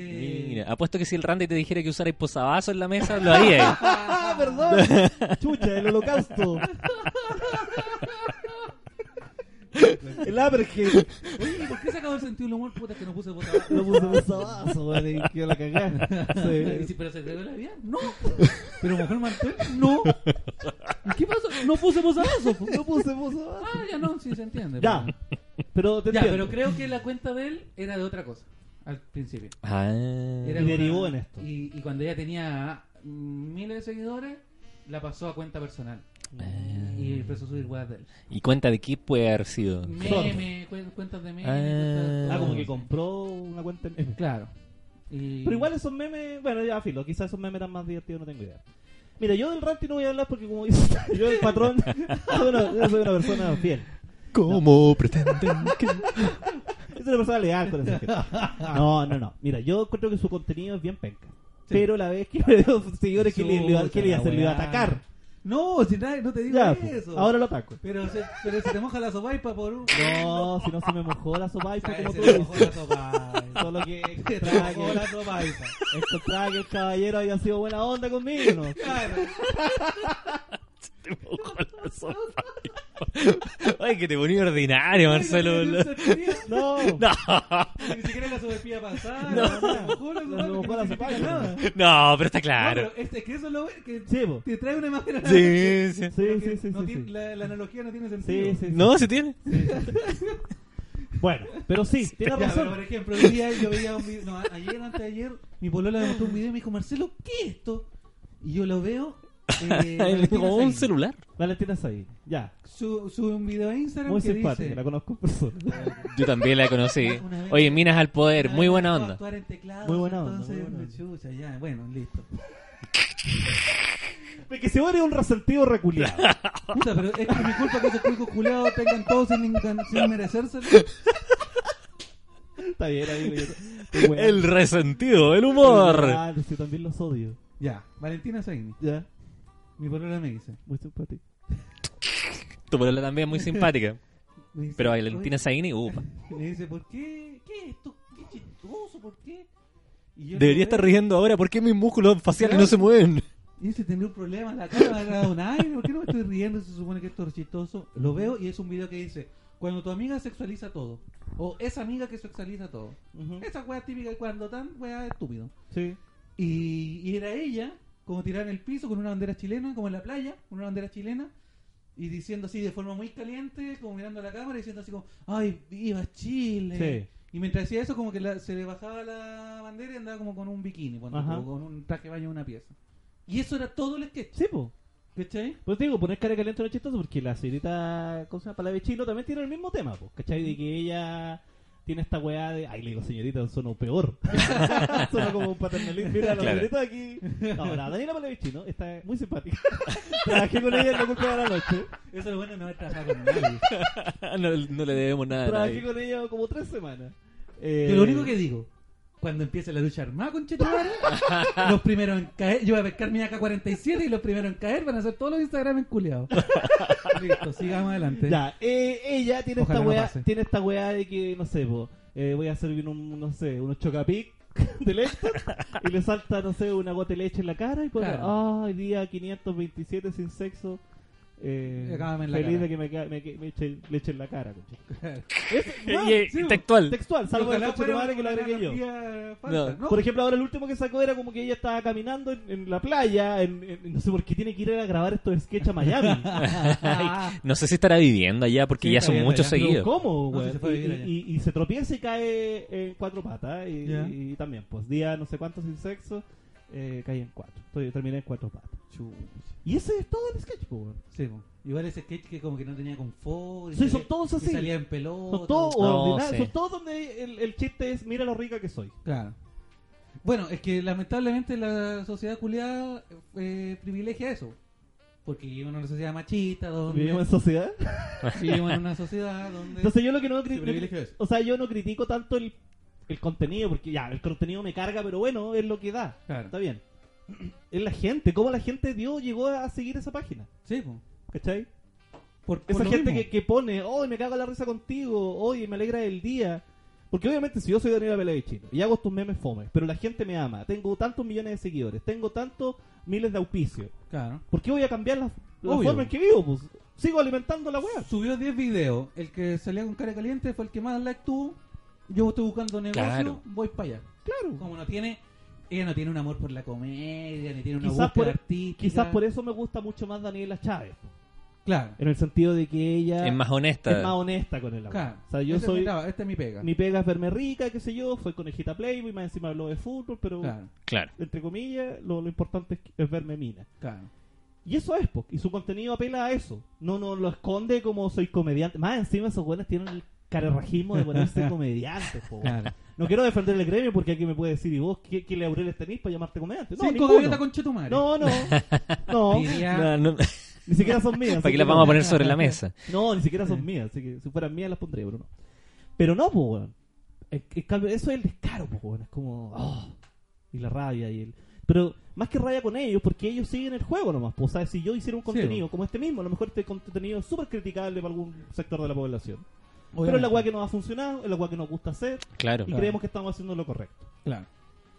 S1: Mira, apuesto que si el Randy te dijera que usara posavasos en la mesa, lo haría.
S2: Ah, perdón. Chucha, el holocausto. El apartheid.
S3: Oye, ¿y ¿por qué se acabó el sentido del humor, puta, que no puse votar?
S2: Lo puse en sabazo, weón, y quedó la cagada.
S3: Y
S2: Sí.
S3: si, pero se te dio la vida, no. Pero mujer Martel, no. ¿Qué pasó? No puse posavasos. po.
S2: pues, Lo puse en sabazo.
S3: Ah, ya no, sí se entiende.
S2: Ya,
S3: pero-
S2: pero te
S3: Ya,
S2: entiendo.
S3: pero creo que la cuenta de él era de otra cosa al principio.
S1: Ah.
S3: Era
S2: Eh, Y
S3: una-
S2: derivó en esto.
S3: Y, y cuando ya tenía mm, miles de seguidores, la pasó a cuenta personal. Y empezó a subir weas de él.
S1: ¿Y cuenta de qué puede haber sido?
S3: Meme, cuen- cuentas de meme.
S1: Ah.
S3: cuentas de-
S2: Ah, como que compró una cuenta en meme.
S3: Claro. Y-
S2: Pero igual esos memes, bueno, ya filo, quizás esos memes eran más divertidos, no tengo idea. Mira, yo del ranty no voy a hablar porque como dice yo el patrón, bueno, yo soy una persona fiel.
S1: ¿Cómo pretenden que.?
S2: Yo soy una persona leal con esa gente. No, no, no. Mira, yo creo que su contenido es bien penca. Pero la vez que me dio seguidores, ¿qué le, le iba- qué le iba a hacer? Le iba a atacar.
S3: No, si nadie- no te digo
S2: Ya, pues,
S3: eso.
S2: ahora lo ataco.
S3: Pero se, pero se te moja la sopaipa por un.
S2: No, si no se me mojó la sopa y fue como
S3: se
S2: tú
S3: te mojó
S2: dices. Este
S3: la sopaipa.
S2: Solo que
S3: Se te
S2: encontraba
S3: mojó la
S2: que,
S3: sopaipa.
S2: encontraba que el este caballero había sido buena onda conmigo, ¿no?
S3: Claro.
S1: Ay, que te ponía ordinario, Marcelo.
S3: Ni
S1: boludo.
S3: siquiera-
S2: No,
S1: No,
S3: Ni siquiera la sopaipa pasada.
S2: No.
S3: Se mojó la
S2: Se
S3: sopaipa,
S2: mojó
S3: que
S2: la
S3: no significa
S2: sopaipa.
S3: nada.
S1: no, pero está
S3: No,
S1: claro.
S3: pero es, es que eso es lo bueno, que
S2: Sí, po.
S3: te trae una imagen a la mente,
S1: Sí, sí.
S2: Sí,
S3: que
S2: sí, sí,
S3: no
S2: sí,
S3: tiene-
S2: sí.
S3: La, la analogía no tiene sentido.
S2: Sí, sí, sí.
S1: No, se tiene.
S2: Bueno, pero sí, tiene
S3: Ya, pero, por
S2: razón.
S3: ejemplo, hoy día yo veía un video, no, a- ayer, antes de ayer, mi polola me mostró un video y me dijo, Marcelo, ¿qué es esto? Y yo lo veo. Eh, Valentina
S1: Como un
S3: Saini.
S1: celular.
S2: Valentina ahí. Ya.
S3: Su- Sube un video a Instagram
S2: Muy
S3: que
S2: simpática,
S3: dice...
S2: la conozco en persona.
S1: Yo también la conocí.
S3: Una vez-
S1: Oye, Minas al Poder,
S3: "Una
S1: muy
S3: vez
S1: buena
S3: me tocó
S1: onda.
S3: actuar en teclados,
S2: Muy buena onda,
S3: entonces,
S2: muy buena onda.
S3: chucha, ya, bueno, listo.
S2: Porque se muere un resentido reculiado.
S3: Puta, pero es que mi culpa que esos cuicos culeados tengan todo sin, ningún- sin merecérselo.
S2: Está bien, amigo. yo- Qué bueno.
S1: El resentido, el humor.
S2: Ah, yo también los odio.
S3: Ya, Valentina Saini,
S2: Ya,
S3: mi polola me dice...
S2: muy simpático.
S1: Tu polola también es muy simpática.
S3: me dice,
S1: Pero
S3: "Oye,
S1: Valentina Zaini, uh. upa.
S3: Y me dice, ¿por qué? ¿Qué es esto? ¿Qué chistoso? ¿Por qué? Y yo
S1: Debería
S3: lo
S1: estar
S3: veo,
S1: riendo ahora. ¿Por qué mis músculos faciales no se mueven?
S3: Y dice, tenía un problema, la cara me ha dado un aire, ¿por qué no me estoy riendo? Se supone que esto es chistoso. Lo veo y es un video que dice, cuando tu amiga sexualiza todo. O esa amiga que sexualiza todo.
S2: Ujú.
S3: Esa wea típica de cuando tan wea estúpido.
S2: Sí.
S3: Y, y era ella, como tirada en el piso con una bandera chilena, como en la playa, con una bandera chilena. Y, y diciendo así de forma muy caliente, como mirando a la cámara, diciendo así como, ay, viva Chile. Y mientras hacía eso, como que la- se le bajaba la bandera y andaba como con un bikini, ponte
S2: Ajá.
S3: tú, con un traje de baño en una pieza. Y eso era todo el sketch,
S2: Sí, po.
S3: ¿cachai?
S2: Pues te digo, poner cara caliente no es chistoso porque la señorita, ¿cómo se llama? Palabra de Chilo también tiene el mismo tema, po, ¿cachai? De que ella tiene esta weá de. Ay, le digo, señorita, suena peor. suena como un paternalismo. Mira, la
S1: Claro.
S2: señorita aquí. Ahora, Daniela Palavicino está muy simpática. Trabajé con ella en la culpa de la noche.
S3: Eso es lo bueno de no haber trabajado con nadie.
S1: no, no le debemos nada. a
S2: Trabajé
S1: nadie.
S2: con ella como tres semanas. Eh,
S3: Yo lo único que digo, cuando empiece la lucha armada con Chetumare, los primeros en caer, yo voy a pescar mi AK-47 y los primeros en caer van a ser todos los Instagram enculeados. Listo, sigamos adelante.
S2: Ya, eh, ella tiene
S3: Ojalá
S2: esta
S3: no
S2: weá,
S3: pase.
S2: tiene esta weá de que, no sé, po, eh, voy a servir un, no sé, unos chocapic de leche y le salta, no sé, una gota de leche en la cara y pone, ay,
S3: Claro.
S2: día 527 sin sexo. Eh,
S3: Y acábame en la
S2: feliz
S3: cara.
S2: de que me, ca- me, que- me eche leche en la cara, conche.
S1: Y-
S2: weón,
S1: y-
S3: sí,
S1: textual.
S2: Textual, salvo
S3: Ojalá
S2: el coche
S3: fuera
S2: que lo
S3: una
S2: agregué yo.
S3: analogía falsa,
S1: No.
S3: ¿no?
S2: Por ejemplo, ahora el último que sacó era como que ella estaba caminando en, en la playa, en, en- no sé por qué tiene que ir a grabar estos sketches a Miami.
S1: Ay, no sé si estará viviendo allá porque
S3: Sí,
S1: ya
S3: está
S1: son
S3: viviendo
S1: muchos
S3: allá.
S2: Pero
S1: seguidos.
S2: ¿Cómo,
S3: No,
S2: güey?
S3: si se puede
S2: y,
S3: vivir allá.
S2: y- y- y se tropieza y cae en cuatro patas. Y,
S3: Ya.
S2: y también, pues, día no sé cuántos sin sexo, eh, caí en cuatro. Estoy, terminé en cuatro patas. Y ese es todo el sketch, pues, güey.
S3: Sí, po. Igual ese sketch que como que no tenía confort. y
S2: Sí, son
S3: salía-
S2: todos
S3: y
S2: así.
S3: salía en pelota.
S2: Son todos
S1: No,
S2: ordinarios,
S1: sí.
S2: son todos donde el, el chiste es, mira lo rica que soy.
S3: Claro. Bueno, es que lamentablemente la sociedad culiada eh, privilegia eso. Porque vivimos en una sociedad machista, donde
S2: Vivimos en sociedad.
S3: vivimos en una sociedad donde...
S2: Entonces yo lo que no
S3: Se privilegia
S2: critico,
S3: eso.
S2: o sea, yo no critico tanto el, el contenido, porque ya, el contenido me carga, pero bueno, es lo que da.
S3: Claro.
S2: Está bien. Es la gente, cómo la gente dio, llegó a seguir esa página.
S3: Sí, po.
S2: ¿Cachai?
S3: Por- por
S2: Esa
S3: lo
S2: gente
S3: mismo.
S2: que, que pone, hoy me cago en la risa contigo, hoy me alegra el día. Porque obviamente si yo soy Daniela Pelevichino y hago estos memes fome, pero la gente me ama, tengo tantos millones de seguidores, tengo tantos miles de auspicios,
S3: Claro.
S2: ¿por qué voy a cambiar la, la
S3: Obvio.
S2: forma en que vivo? Pues sigo alimentando la weá.
S3: Ah, Subió 10 videos. El que salía con cara caliente fue el que más like tuvo. Yo estoy buscando negocio,
S1: Claro.
S3: voy para allá.
S2: Claro.
S3: Como no tiene... Ella no tiene un amor por la comedia, ni tiene una
S2: Quizás
S3: búsqueda
S2: por-
S3: artística.
S2: Quizás por eso me gusta mucho más Daniela Chávez,
S3: Claro.
S2: en el sentido de que ella
S1: Es más honesta.
S2: es más honesta con el agua.
S3: Claro.
S2: O sea, yo
S3: Esa es mi
S2: soy...
S3: traba- esta es mi pega.
S2: Mi pega es verme rica, qué sé yo, fue conejita Playboy, más encima habló de fútbol, pero
S3: Claro,
S1: Claro.
S2: entre comillas, lo, lo importante es, es verme mina.
S3: claro.
S2: Y eso es, po, y su contenido apela a eso. No, no lo esconde como soy comediante. Más encima esos buenos tienen el carerrajismo de ponerse comediantes, po, weón.
S3: claro.
S2: No quiero defender el gremio porque aquí me puede decir, ¿y vos qué, qué laureles tenés para llamarte comediante? No,
S3: Cinco
S2: ninguno.
S3: gaviotas con Chetumare.
S2: No, no, no,
S3: Diría-
S1: No, no,
S2: ni siquiera son mías.
S1: ¿Para
S2: así
S1: qué las
S2: que
S1: vamos a
S2: no.
S1: poner sobre la mesa?
S2: No, ni siquiera son mías, así que si fueran mías las pondría, pero no. Pero no, pues, weón. En- en cambio, eso es el descaro, pues, weón. Es como. ah, y la rabia y el. Pero más que rabia con ellos, porque ellos siguen el juego nomás. Pues, o sea, si yo hiciera un
S3: Sí,
S2: contenido como este mismo, a lo mejor este contenido es súper criticable para algún sector de la población. Pero
S3: Obviamente.
S2: es la weá que nos ha funcionado, es la weá que nos gusta hacer,
S1: Claro.
S2: y creemos que estamos haciendo lo correcto.
S3: Claro.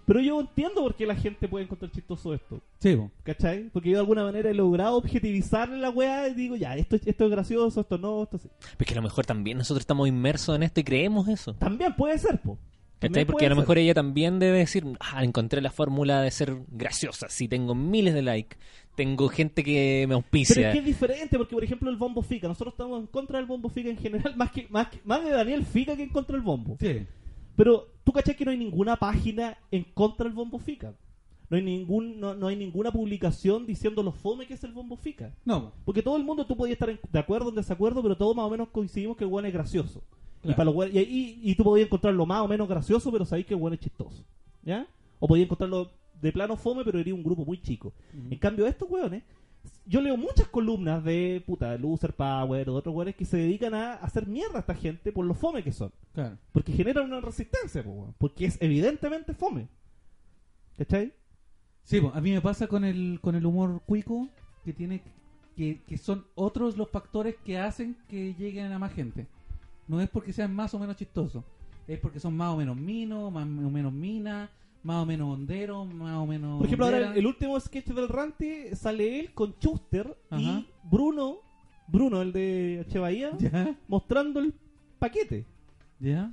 S2: Pero yo entiendo por qué la gente puede encontrar chistoso esto.
S3: Sí, po.
S2: ¿Cachai? Porque yo de alguna manera he logrado objetivizar la weá y digo, ya, esto, esto es gracioso, esto no, esto sí.
S1: Porque a lo mejor también nosotros estamos inmersos en esto y creemos eso.
S2: También puede ser, po.
S1: ¿Cachai?
S2: También
S1: Porque
S2: puede
S1: a lo
S2: ser.
S1: mejor ella también debe decir, ah, encontré la fórmula de ser graciosa. Si tengo miles de likes, tengo gente que me
S2: Pero
S1: auspicia.
S2: es que es diferente, porque por ejemplo el bombo fica, nosotros estamos en contra del bombo fica en general, más que más, que- más de Daniel Fica que en contra del bombo.
S3: Sí.
S2: Pero tú cachai que no hay ninguna página en contra del bombo fica. No hay ningún no, no hay ninguna publicación diciendo lo fome que es el bombo fica.
S3: No, po.
S2: Porque todo el mundo tú podías estar en- de acuerdo o en desacuerdo, pero todos más o menos coincidimos que el weón es gracioso. Y,
S3: Claro.
S2: para los weones- y, y- y tú podías encontrarlo más o menos gracioso, pero sabéis que el weón es chistoso. ¿Ya? O podías encontrarlo de plano fome, pero era un grupo muy chico. En cambio, estos weones, yo leo muchas columnas de puta, Loser Power o de otros weones que se dedican a hacer mierda a esta gente por lo fome que son.
S3: claro.
S2: Porque generan una resistencia, po, weón, porque es evidentemente fome. ¿Cachai?
S3: Sí, po. a mí me pasa con el, con el humor cuico que tiene que, que son otros los factores que hacen que lleguen a más gente. No es porque sean más o menos chistosos, es porque son más o menos minos, más o menos minas, más o menos honderos, más o menos.
S2: Por ejemplo, ahora
S3: honderas.
S2: el, el último sketch del Ranty sale él con Chuster
S3: Ajá.
S2: y Bruno, Bruno, el de Che Bahía,
S3: ¿Ya?
S2: mostrando el paquete.
S3: ¿Ya?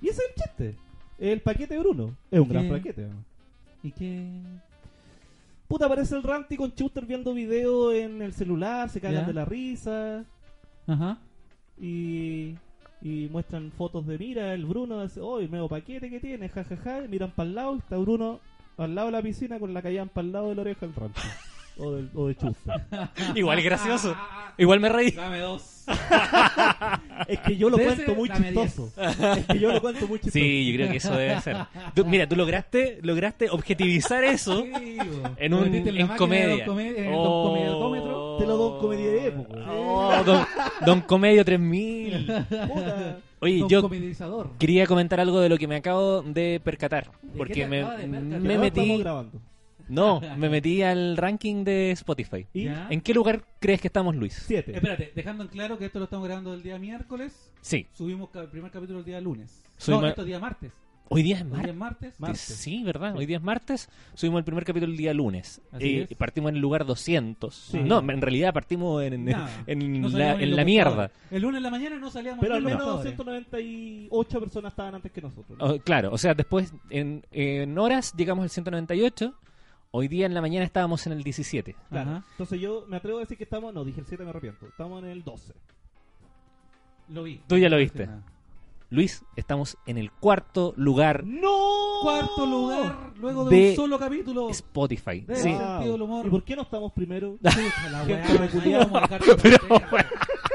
S2: Y ese es el chiste. El paquete de Bruno. Es un gran
S3: ¿Qué?
S2: paquete. weón.
S3: ¿Y qué?
S2: Puta, aparece el Ranty con Chuter viendo video en el celular, se cagan
S3: Ya.
S2: de la risa
S3: Ajá.
S2: y, y muestran fotos de mira, el Bruno dice, hoy medio paquete que tiene, jajaja, y miran para el lado y está Bruno al lado de la piscina con la caída para el lado de la oreja del Ranty o, del, o de Chuster.
S1: Igual es gracioso.
S2: Ah,
S1: Igual me reí.
S3: Dame dos.
S2: es que yo lo
S3: De
S2: cuento
S3: ese,
S2: muy
S3: dame
S2: chistoso. Es que yo lo cuento muy chistoso.
S1: Sí, yo creo que eso debe ser. Tú- mira, tú lograste, lograste objetivizar eso. En un- en comedia.
S3: en
S1: Oh.
S3: el comediatómetro.
S2: Te lo doy en comedia de época.
S1: Oh, don, don Comedio 3000.
S2: Puta.
S1: Oye,
S3: Don
S1: yo
S3: comedizador.
S1: quería comentar algo de lo que me acabo de percatar.
S3: qué
S1: Porque
S3: te
S1: me,
S3: acabas de percatar?
S1: me
S2: Que no estamos
S1: metí.
S2: grabando.
S1: No, me metí al ranking de Spotify.
S2: Y
S3: Ya.
S1: ¿En qué lugar crees que estamos, Luis?
S2: siete.
S3: Espérate, dejando en claro que esto lo estamos grabando el día miércoles,
S1: Sí.
S3: subimos ca- el primer capítulo el día lunes.
S1: Soy
S3: no,
S1: ma-
S3: esto es día martes.
S1: Hoy día es
S3: Hoy día
S1: martes.
S3: es martes.
S2: Martes.
S1: Sí, ¿verdad? Hoy día es martes. Subimos el primer capítulo el día lunes.
S3: Así
S1: Eh,
S3: es.
S1: Partimos en el lugar 200.
S2: Sí.
S1: No, en realidad partimos en, en-
S3: Nada.
S1: en
S3: No
S1: la,
S3: salíamos
S1: en
S3: ni
S1: la
S3: los
S1: mierda.
S3: buscadores. El lunes en la mañana no salíamos
S2: Pero al
S3: ni los
S2: menos
S3: buscadores.
S2: 198 personas estaban antes que nosotros.
S1: Oh, claro, o sea, después en, en horas llegamos al 198. Hoy día en la mañana estábamos en el 17.
S2: Claro.
S3: Ajá.
S2: Entonces yo me atrevo a decir que estamos, no, dije el 7, me arrepiento. Estamos en el 12.
S3: Lo vi.
S1: Tú ya lo
S3: No
S1: viste.
S3: hace nada.
S1: Luis, estamos en el cuarto lugar
S2: ¡No!
S3: Cuarto lugar, luego de,
S1: De-
S3: un solo capítulo.
S1: Spotify.
S3: De-
S1: Sí.
S3: Ah. sentido del humor.
S2: ¿Y por qué no estamos primero?
S3: Pucha, la weá,
S2: Gente
S3: no hay
S2: culiao.
S3: cómo dejarte contento.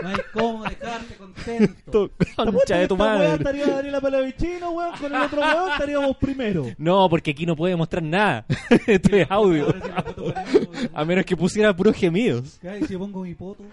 S3: No hay cómo dejarte contento.
S1: Concha de tu
S2: Esta weá
S1: madre.
S2: estaría Daniela Palavichino, weón, con el otro weón estaríamos primero.
S1: No, porque aquí no puede mostrar nada. Esto es audio.
S3: Ahora sí me puedo poner-
S1: A menos que pusiera puros gemidos.
S3: Ay, si yo pongo mi poto.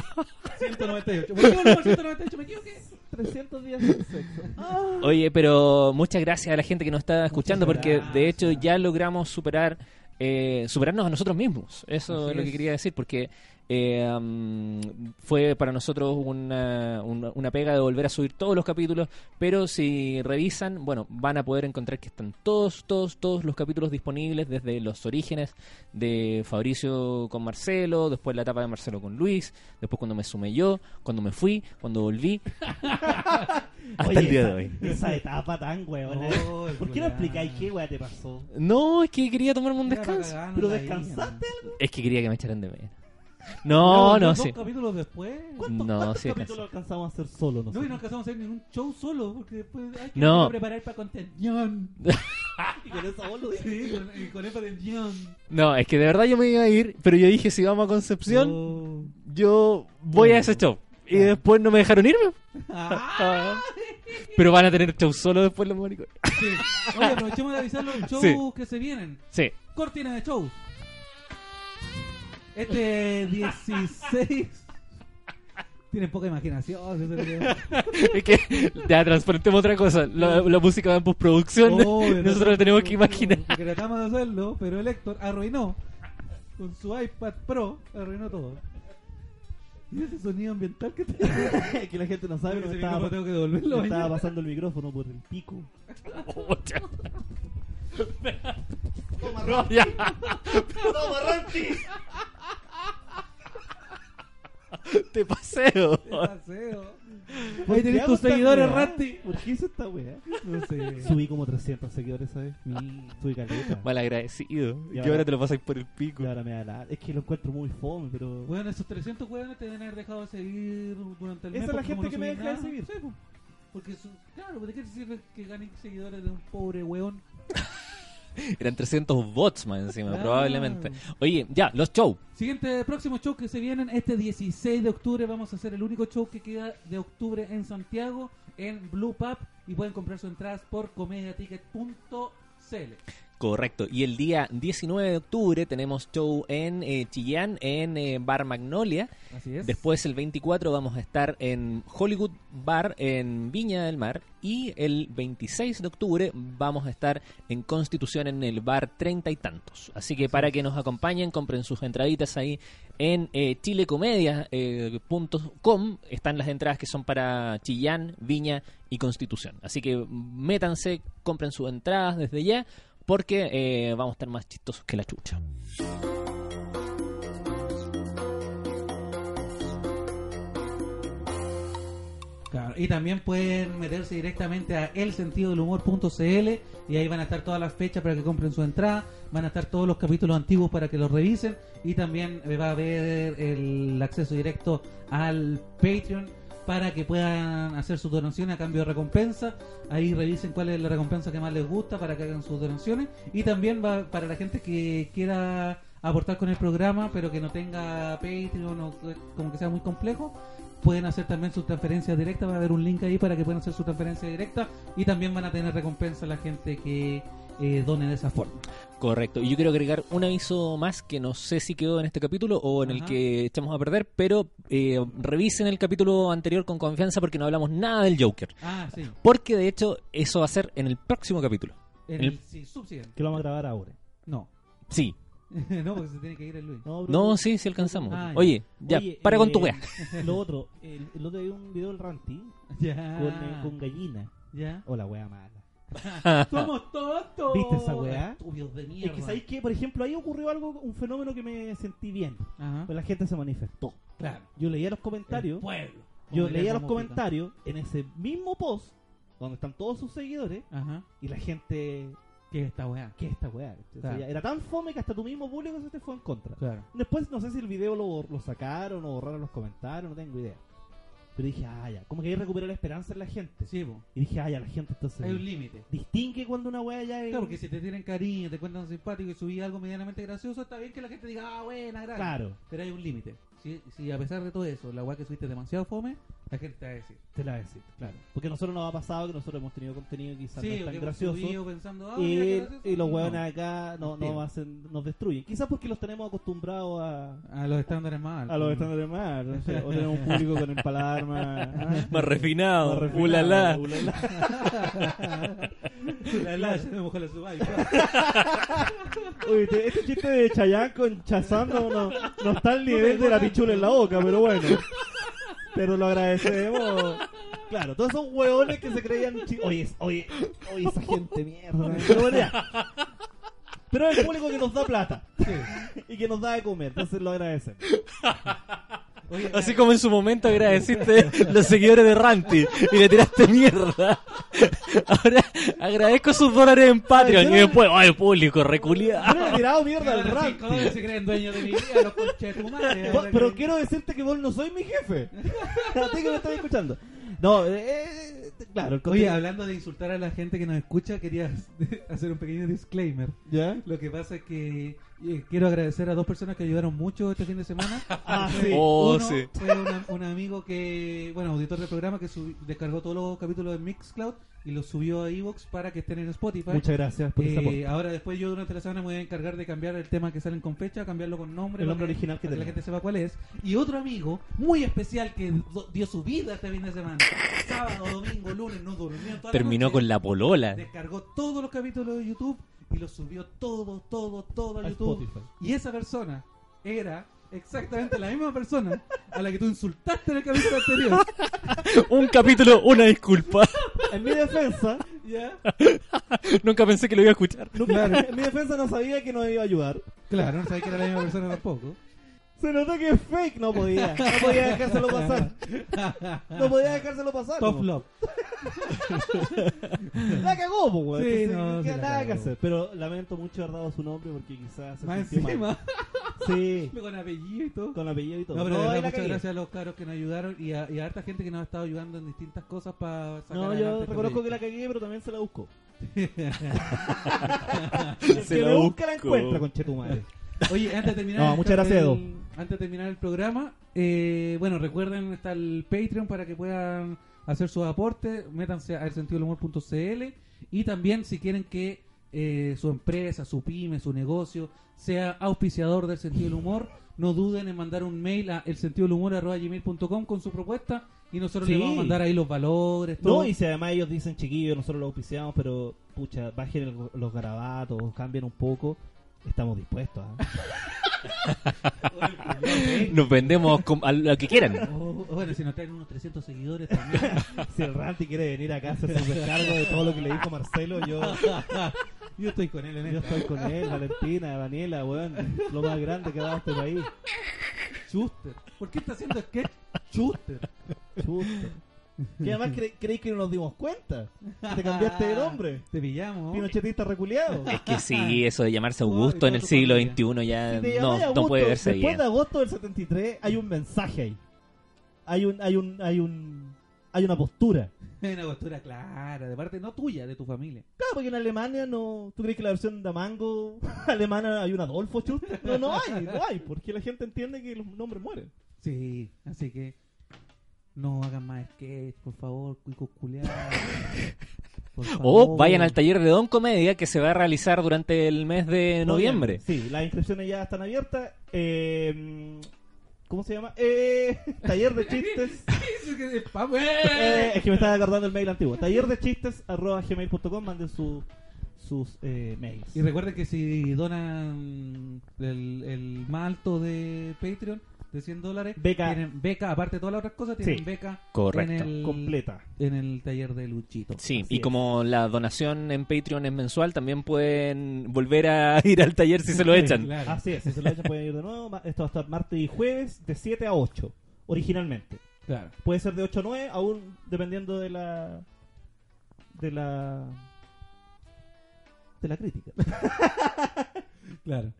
S3: 198. ¿Por qué volvemos al 198? ¿Me equivoqué?
S2: 300 días de sexo. Ah.
S1: Oye, pero muchas gracias a la gente que nos está escuchando porque de hecho
S3: gracias.
S1: ya logramos superar eh, superarnos a nosotros mismos. Eso
S3: Así
S1: es lo que
S3: es.
S1: quería decir porque eh, am, fue para nosotros una, una, una pega de volver a subir todos los capítulos, pero si revisan, bueno, van a poder encontrar que están todos, todos, todos los capítulos disponibles desde los orígenes de Fabricio con Marcelo, después la etapa de Marcelo con Luis, después cuando me sumé yo, cuando me fui, cuando volví, hasta
S2: Oye,
S1: el día
S2: esa-
S1: de hoy.
S2: Esa etapa tan weón.
S3: Oh,
S2: ¿Por qué no
S3: weá.
S2: explicáis qué weá te pasó?
S1: No, es que quería tomarme un
S3: Era para
S1: descanso.
S3: cagarnos
S2: ¿Pero
S3: la
S2: descansaste
S3: vida.
S1: Es que quería que me echaran de menos. No, no,
S3: dos
S1: sí.
S3: capítulos después.
S2: ¿Cuántos,
S1: No,
S2: cuántos
S1: sí,
S2: capítulos alcanzamos a hacer solo
S3: No, y no
S2: nosotros?
S3: alcanzamos a hacer ningún show solo, porque después hay que
S1: No.
S3: preparar para contención.
S2: Y con esa voz lo dije.
S3: Sí, con, y con el contención.
S1: No, es que de verdad yo me iba a ir, pero yo dije, si vamos a Concepción, yo voy a ese show. Y después no me dejaron irme.
S3: Ah,
S1: Pero van a tener show solo después los maricones.
S3: sí. Oye, aprovechemos de avisar los shows
S1: Sí.
S3: que se vienen.
S1: Sí.
S3: Cortina de shows. Este 16. Tienen poca imaginación. eso es lo que-
S1: Es que ya transparentemos otra cosa. La, la música va en postproducción.
S3: Oh, de
S1: Nosotros la tenemos que imaginar.
S3: porque tratamos de hacerlo, pero el Héctor arruinó con su iPad Pro, arruinó todo. ¿Y ese sonido ambiental que te
S2: que la gente no sabe, pero
S3: Ese
S2: me
S3: micrófono
S2: estaba,
S3: tengo que
S2: me
S3: devolverlo
S2: estaba
S3: mañana.
S2: pasando el micrófono por el pico.
S1: No, ya. Te paseo.
S3: Qué paseo.
S2: ¿Por
S3: Ahí
S2: qué
S3: tenés
S2: hago
S3: tus
S2: esta
S3: seguidores,
S2: weá?
S3: Ranti.
S2: ¿Por qué hice esta weá?
S3: No sé.
S2: Subí como 300 seguidores, ¿sabes? Mi, subí caleta.
S1: Malagradecido.
S2: Y
S1: Y
S2: ahora-
S1: ahora te lo pasáis por el pico.
S2: Y ahora me da la... Es que lo encuentro muy fome, pero...
S3: Bueno, esos 300 hueones te deben haber dejado de seguir durante el
S2: Esa es
S3: mes.
S2: la
S3: porque como
S2: gente que me
S3: subís
S2: deja de
S3: nada.
S2: seguir.
S3: Sí, po. porque, su- claro, ¿de qué sirve que ganen seguidores de un pobre hueón?
S1: Eran 300 bots más encima,
S3: Claro.
S1: probablemente. Oye, ya, los show.
S3: Siguiente, próximo show que se vienen este 16 de octubre. Vamos a hacer el único show que queda de octubre en Santiago, en Blue Pub. Y pueden comprar sus entradas por comediaticket.cl.
S1: Correcto. Y el día 19 de octubre tenemos show en eh, Chillán, en eh, Bar Magnolia.
S3: Así es.
S1: Después, el 24, vamos a estar en Hollywood Bar, en Viña del Mar. Y el 26 de octubre vamos a estar en Constitución, en el bar Treinta y Tantos. Así que para que nos acompañen, compren sus entraditas ahí en eh, chilecomedia.com. Están las entradas que son para Chillán, Viña y Constitución. Así que métanse, compren sus entradas desde ya, porque eh, vamos a estar más chistosos que la chucha.
S3: Claro, Y también pueden meterse directamente a elsentidodelhumor.cl y ahí van a estar todas las fechas para que compren su entrada, van a estar todos los capítulos antiguos para que los revisen y también eh, va a haber el acceso directo al Patreon para que puedan hacer sus donaciones a cambio de recompensa. Ahí revisen cuál es la recompensa que más les gusta para que hagan sus donaciones y también va para la gente que quiera aportar con el programa pero que no tenga Patreon o que- como que sea muy complejo pueden hacer también su transferencia directa, va a haber un link ahí para que puedan hacer su transferencia directa y también van a tener recompensa la gente que eh, done de esa forma.
S1: Correcto. Y yo quiero agregar un aviso más que no sé si quedó en este capítulo o en el
S3: Ajá.
S1: que echamos a perder, pero eh, revisen el capítulo anterior con confianza porque no hablamos nada del Joker.
S3: Ah, sí.
S1: Porque de hecho eso va a ser en el próximo capítulo.
S3: El,
S2: Eh.
S1: El-
S3: sí, subsiguiente.
S2: Que lo vamos a grabar ahora.
S3: No.
S1: Sí.
S3: no, porque se tiene que ir el Luis.
S2: No,
S1: No, sí, sí alcanzamos.
S3: Ah, ya.
S1: Oye, ya,
S2: Oye,
S1: para con tu
S2: eh,
S1: wea.
S2: Lo otro, el, el otro día vi un video del Ranty
S3: Ya.
S2: con,
S1: Ah.
S2: eh, con gallina.
S3: Ya.
S2: O la wea mala.
S3: ¡Somos tontos!
S2: ¿Viste esa weá?
S3: Estúpidos de mierda.
S2: Es que sabéis que, por ejemplo, ahí ocurrió algo, un fenómeno que me sentí bien.
S1: Ah.
S3: Ajá.
S2: Pues la gente se manifestó.
S3: Claro.
S2: Yo leía los
S3: El
S2: comentarios.
S3: pueblo.
S2: Yo
S3: Como diría
S2: leía los
S3: Momo Pica.
S2: comentarios en ese mismo post donde están todos sus seguidores
S3: Ajá.
S2: y la gente.
S3: ¿Qué es esta weá?
S2: ¿Qué es esta weá? O sea,
S3: Claro.
S2: ya Era tan fome que hasta tu mismo público se te fue en contra.
S3: Claro.
S2: Después no sé si el video lo, bor- lo sacaron o borraron los comentarios, no tengo idea. Pero dije, ah, ya, como que ahí recuperó la esperanza en la gente.
S3: Sí, po.
S2: Y dije, ah, ya, la gente entonces
S3: Hay un límite.
S2: distingue cuando una weá ya es.
S3: Claro, porque si te tienen cariño, te cuentan simpático y subís algo medianamente gracioso, está bien que la gente diga, ah, buena, gracias.
S2: Claro,
S3: Pero hay un límite. Si, si a pesar de todo eso, la weá que subiste es demasiado fome, la gente te va a decir.
S2: te la decís, claro. Porque a nosotros nos ha pasado que nosotros hemos tenido contenido que quizás no es
S3: o que
S2: tan
S3: hemos
S2: gracioso.
S3: subido pensando, ah, mira qué
S2: Y,
S3: gracioso.
S2: y los
S3: No.
S2: hueones acá no, no
S3: Mentira.
S2: hacen, nos destruyen. Quizás porque los tenemos acostumbrados a,
S3: A los estándares más altos.
S2: a los estándares más. no sé, o tenemos un público con el paladar más. ¿ah?
S1: Más
S2: más
S1: refinado,
S2: refinado,
S1: ulalá.
S2: ulalá.
S3: la la, se me mojó la suba.
S2: Uy, te- este chiste de Chayán con Chazán no, no- no está al nivel de la pichula en la boca, pero bueno. Pero lo agradecemos. Claro, todos esos hueones que se creían chi- Oye, es- oye, oye, esa gente mierda. ¿eh? Pero bueno, ya. Pero es el público que nos da plata y que nos da de comer, entonces lo agradecemos.
S3: Oye, mira,
S1: Así como en su momento agradeciste los seguidores de Ranty y le tiraste mierda. Ahora agradezco sus dólares en Patreon y después, ¡ay, público,
S2: Yo
S1: reculiado!
S2: no le he tirado mierda
S3: ahora
S2: al
S3: sí,
S2: rap.
S3: ¿cómo se creen dueños de mi vida, los conches de tu madre.
S2: Vos-
S3: Ahora
S2: Pero
S3: que-
S2: quiero decirte que vos no sois mi jefe. A ti que me estás escuchando. No, eh, eh, claro, el
S3: Oye,
S2: contenido-
S3: hablando de insultar a la gente que nos escucha, quería hacer un pequeño disclaimer.
S2: ¿Ya?
S3: Lo que pasa es que eh, quiero agradecer a dos personas que ayudaron mucho este fin de semana.
S2: Ah,
S3: Fue
S2: sí.
S1: Oh,
S3: uno,
S1: sí.
S3: fue una- un amigo que, bueno, auditor del programa que subi- descargó todos los capítulos de Mixcloud y los subió a Evox para que estén en Spotify.
S2: Muchas gracias por ese
S3: Eh,
S2: aporte.
S3: ahora después yo durante la semana me voy a encargar de cambiar el tema que salen con fecha, cambiarlo con nombre.
S2: El
S3: para
S2: nombre original que
S3: para la
S2: tenemos.
S3: gente sepa cuál es. Y otro amigo muy especial que do- dio su vida este fin de semana. Sábado, domingo, lunes, no durmió. toda la
S1: Terminó
S3: noche.
S1: con la polola.
S3: Descargó todos los capítulos de YouTube y los subió todo, todo, todo a
S2: A
S3: YouTube.
S2: Spotify.
S3: Y esa persona era exactamente la misma persona a la que tú insultaste en el capítulo anterior.
S1: Un capítulo, una disculpa.
S2: En mi defensa,
S3: ¿Ya?
S1: Nunca pensé que lo iba a escuchar.
S2: no-
S3: Claro.
S2: en mi defensa no sabía que nos iba a ayudar.
S3: Claro, no sabía que era la misma persona tampoco.
S2: Se notó que es fake, no podía. No podía dejárselo pasar. No podía dejárselo pasar.
S3: Top
S2: po.
S3: love.
S2: La cagó, po, weón.
S3: Sí,
S2: Entonces,
S3: no,
S2: no
S3: sí
S2: queda
S3: la
S2: nada
S3: cagó.
S2: que hacer. Pero lamento mucho haber dado su nombre porque quizás se
S3: Más
S2: sintió mal.
S3: encima.
S2: Sí,
S3: Con apellido y todo.
S2: con apellido y todo.
S3: No, pero de verdad,
S2: ahí la
S3: muchas
S2: cagué.
S3: gracias a los caros que nos ayudaron y a, y a harta gente que nos ha estado ayudando en distintas cosas para sacar
S2: No,
S3: adelante
S2: yo
S3: este
S2: reconozco que la
S3: proyecto.
S2: cagué, pero también se la buscó.
S1: Se
S2: que
S1: la
S2: me busca la
S1: buscó.
S2: encuentra, conchetumare.
S3: Oye, antes de terminar.
S2: No,
S3: el-
S2: muchas gracias,
S3: el-
S2: Edo.
S3: Antes de terminar el programa, eh, bueno, recuerden, está el Patreon para que puedan hacer sus aportes. Métanse a elsentidodelhumor.cl y también si quieren que eh, su empresa, su pyme, su negocio sea auspiciador del sentido del humor, no duden en mandar un mail a elsentidodelhumor.com con su propuesta y nosotros le
S2: Sí.
S3: vamos a mandar ahí los valores, todo.
S2: No, y si además ellos dicen, chiquillos, nosotros lo auspiciamos, pero pucha, bajen el- los garabatos, cambien un poco, estamos dispuestos. ¿ah?
S1: Nos vendemos com- a lo que quieran.
S3: O- o Oh, bueno, si nos traen unos 300 seguidores también.
S2: si el Ranti quiere venir acá a hacerse cargo de todo lo que le dijo Marcelo, yo,
S3: Yo estoy con él en
S2: yo
S3: esto.
S2: estoy con él, Valentina, Daniela, weón, lo más grande que ha dado este país.
S3: Schuster. ¿Por qué está haciendo sketch Schuster?
S2: Chuta. Que además cre- creí que no nos dimos cuenta. Te cambiaste de nombre.
S3: Te pillamos.
S2: Pinochetista reculeado.
S1: Es que sí, eso de llamarse
S3: No,
S1: Augusto
S3: y
S1: en el
S3: todo tu
S1: siglo
S3: familia.
S1: XXI ya
S2: Si te
S1: Eh, no,
S2: llamáis
S1: no
S2: Augusto,
S1: puede verse
S2: después
S1: bien.
S2: de agosto del 73 hay un mensaje ahí. Hay un, hay un, hay un, hay una postura.
S3: Hay una postura clara, de parte no tuya, de tu familia.
S2: Claro, porque en Alemania no. ¿Tú crees que la versión de Mango alemana hay un Adolfo Schuster? No, no hay, no hay, porque la gente entiende que los nombres mueren.
S3: Sí, así que no hagan más sketch, por favor, cuicos culeados. Por
S1: O
S3: favor.
S1: vayan al taller de Don Comedia que se va a realizar durante el mes de noviembre.
S2: Sí, las inscripciones ya están abiertas. Eh, ¿Cómo se llama? Eh, taller de chistes.
S3: Eso que es spam, eh.
S2: Eh, es que me estaba acordando el mail antiguo. Taller de chistes arroba gmail.com. Manden su- sus eh, mails.
S3: Y recuerden que si donan el, el más alto de Patreon de 100 dólares,
S2: Beca.
S3: tienen beca, aparte de todas las otras cosas, tienen
S2: Sí.
S3: beca
S1: Correcto.
S3: En, el,
S2: Completa.
S3: en el taller de Luchito.
S1: Sí,
S2: Así
S1: y
S2: es.
S1: como la donación en Patreon es mensual, también pueden volver a ir al taller si se lo echan.
S3: Claro.
S2: Así es, si se lo echan pueden ir de nuevo. Ma- Esto va a estar martes y jueves de 7 a 8, originalmente.
S3: Claro.
S2: Puede ser de 8 a 9, aún dependiendo de la. de la. de la crítica.
S3: claro.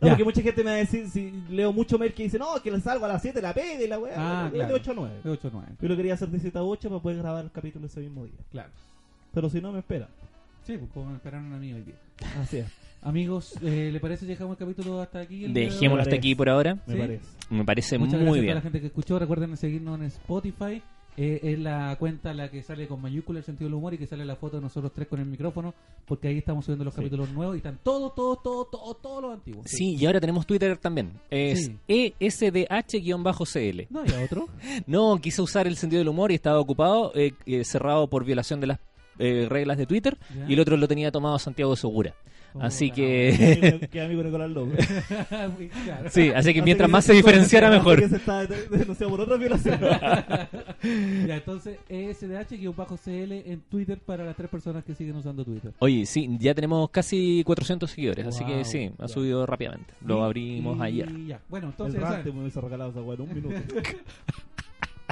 S2: No,
S3: Ya.
S2: porque mucha gente me va a decir, si leo mucho mail que dice, no, que le salgo a las 7 de la pega y la weá.
S3: Ah,
S2: weá,
S3: claro.
S2: De 8 a 9.
S3: De 8 a 9.
S2: Yo lo quería hacer de 7 a 8 para poder grabar el capítulo ese mismo día.
S3: Claro.
S2: Pero si no, me espera.
S3: Sí, pues como me esperaron a mí hoy día.
S2: Así es,
S3: Amigos, eh, ¿le parece que dejamos el capítulo hasta aquí? el día de hoy?
S1: Dejémoslo hasta aquí por ahora.
S2: me
S3: Sí.
S2: parece.
S1: Me parece
S3: Muchas
S1: muy
S3: gracias a toda la
S1: bien.
S3: gente que escuchó. Recuerden seguirnos en Spotify. Eh, es la cuenta la que sale con mayúscula el sentido del humor y que sale la foto de nosotros tres con el micrófono, porque ahí estamos subiendo los
S2: Sí.
S3: capítulos nuevos y están todos, todos, todos, todos, todos los antiguos.
S1: Sí, y ahora tenemos Twitter también. Es E
S3: Sí.
S1: ESDH-CL.
S3: No había otro.
S1: No, quise usar el sentido del humor y estaba ocupado, eh, eh, cerrado por violación de las eh, reglas de Twitter.
S3: Ya. Oh,
S1: Y el otro lo tenía tomado Santiago Segura. Así
S3: Puta,
S1: que...
S2: Que que amigo Nicolás López.
S3: Muy claro.
S1: Sí, así que
S2: Así
S1: mientras más se
S2: entonces,
S1: diferenciara
S2: así
S1: mejor.
S2: que se está de- denunciado por otra violación.
S3: Ya, entonces, E SDH-CL en Twitter para las tres personas que siguen usando Twitter.
S1: Oye, sí, ya tenemos casi 400 seguidores, así
S3: Wow,
S1: que sí, ha
S3: ya.
S1: subido rápidamente. Lo abrimos
S3: Y-
S1: ayer.
S3: ya. Bueno, entonces,
S2: El
S3: ya
S2: rante
S3: saben,
S2: me hubiese regalado esa weá en un minuto.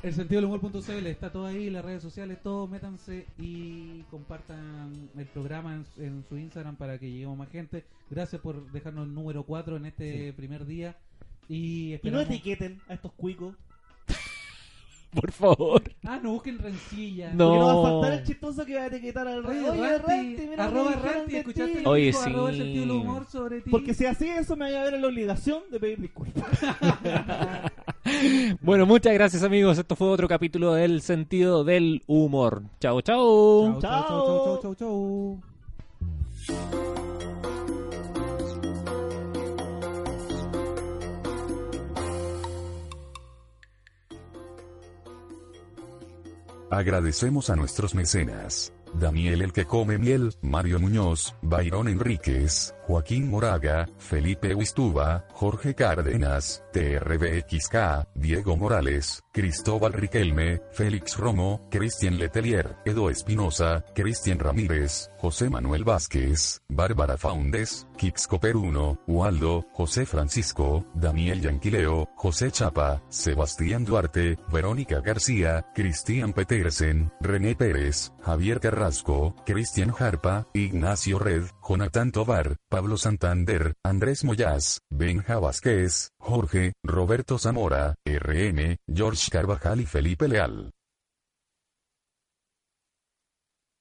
S3: el sentido del humor.cl está todo ahí, las redes sociales, todo. Métanse y compartan el programa en, su- en su Instagram para que lleguemos más gente. Gracias por dejarnos el número 4 en este primer día. Y
S2: Y no
S3: esperamos...
S2: etiqueten a estos cuicos.
S1: Por favor.
S3: ah, no busquen rencilla.
S1: No.
S2: Porque no va a faltar el chistoso que va a etiquetar al rey.
S3: Oye,
S2: Oye,
S3: Ranti,
S2: Ranti, mira lo que
S3: arroba
S2: dijeron
S3: Ranti,
S2: de
S3: ¿escuchaste?
S2: ti.
S3: lo que
S1: Oye,
S3: dijo Arroba el
S1: sí.
S3: sentido del humor sobre ti.
S2: Porque si así eso me voy a ver en la obligación de pedir disculpas.
S1: Bueno, muchas gracias amigos. Esto fue otro capítulo del sentido del humor. Chao, chao.
S3: Chau, chau, chau, chau, chau, chau.
S4: Agradecemos a nuestros mecenas. Daniel el que come miel, Mario Muñoz, Byron Enríquez, Joaquín Moraga, Felipe Huistuba, Jorge Cárdenas, TRBXK, Diego Morales, Cristóbal Riquelme, Félix Romo, Cristian Letelier, Edo Espinosa, Cristian Ramírez, José Manuel Vázquez, Bárbara Faundes, Kixco Peruno, Waldo, José Francisco, Daniel Yanquileo, José Chapa, Sebastián Duarte, Verónica García, Cristian Petersen, René Pérez, Javier Carrasco, Cristian Jarpa, Ignacio Red, Jonathan Tovar, Pablo Santander, Andrés Moyaz, Benja Vázquez, Jorge, Roberto Zamora, RM, George Carvajal y Felipe Leal.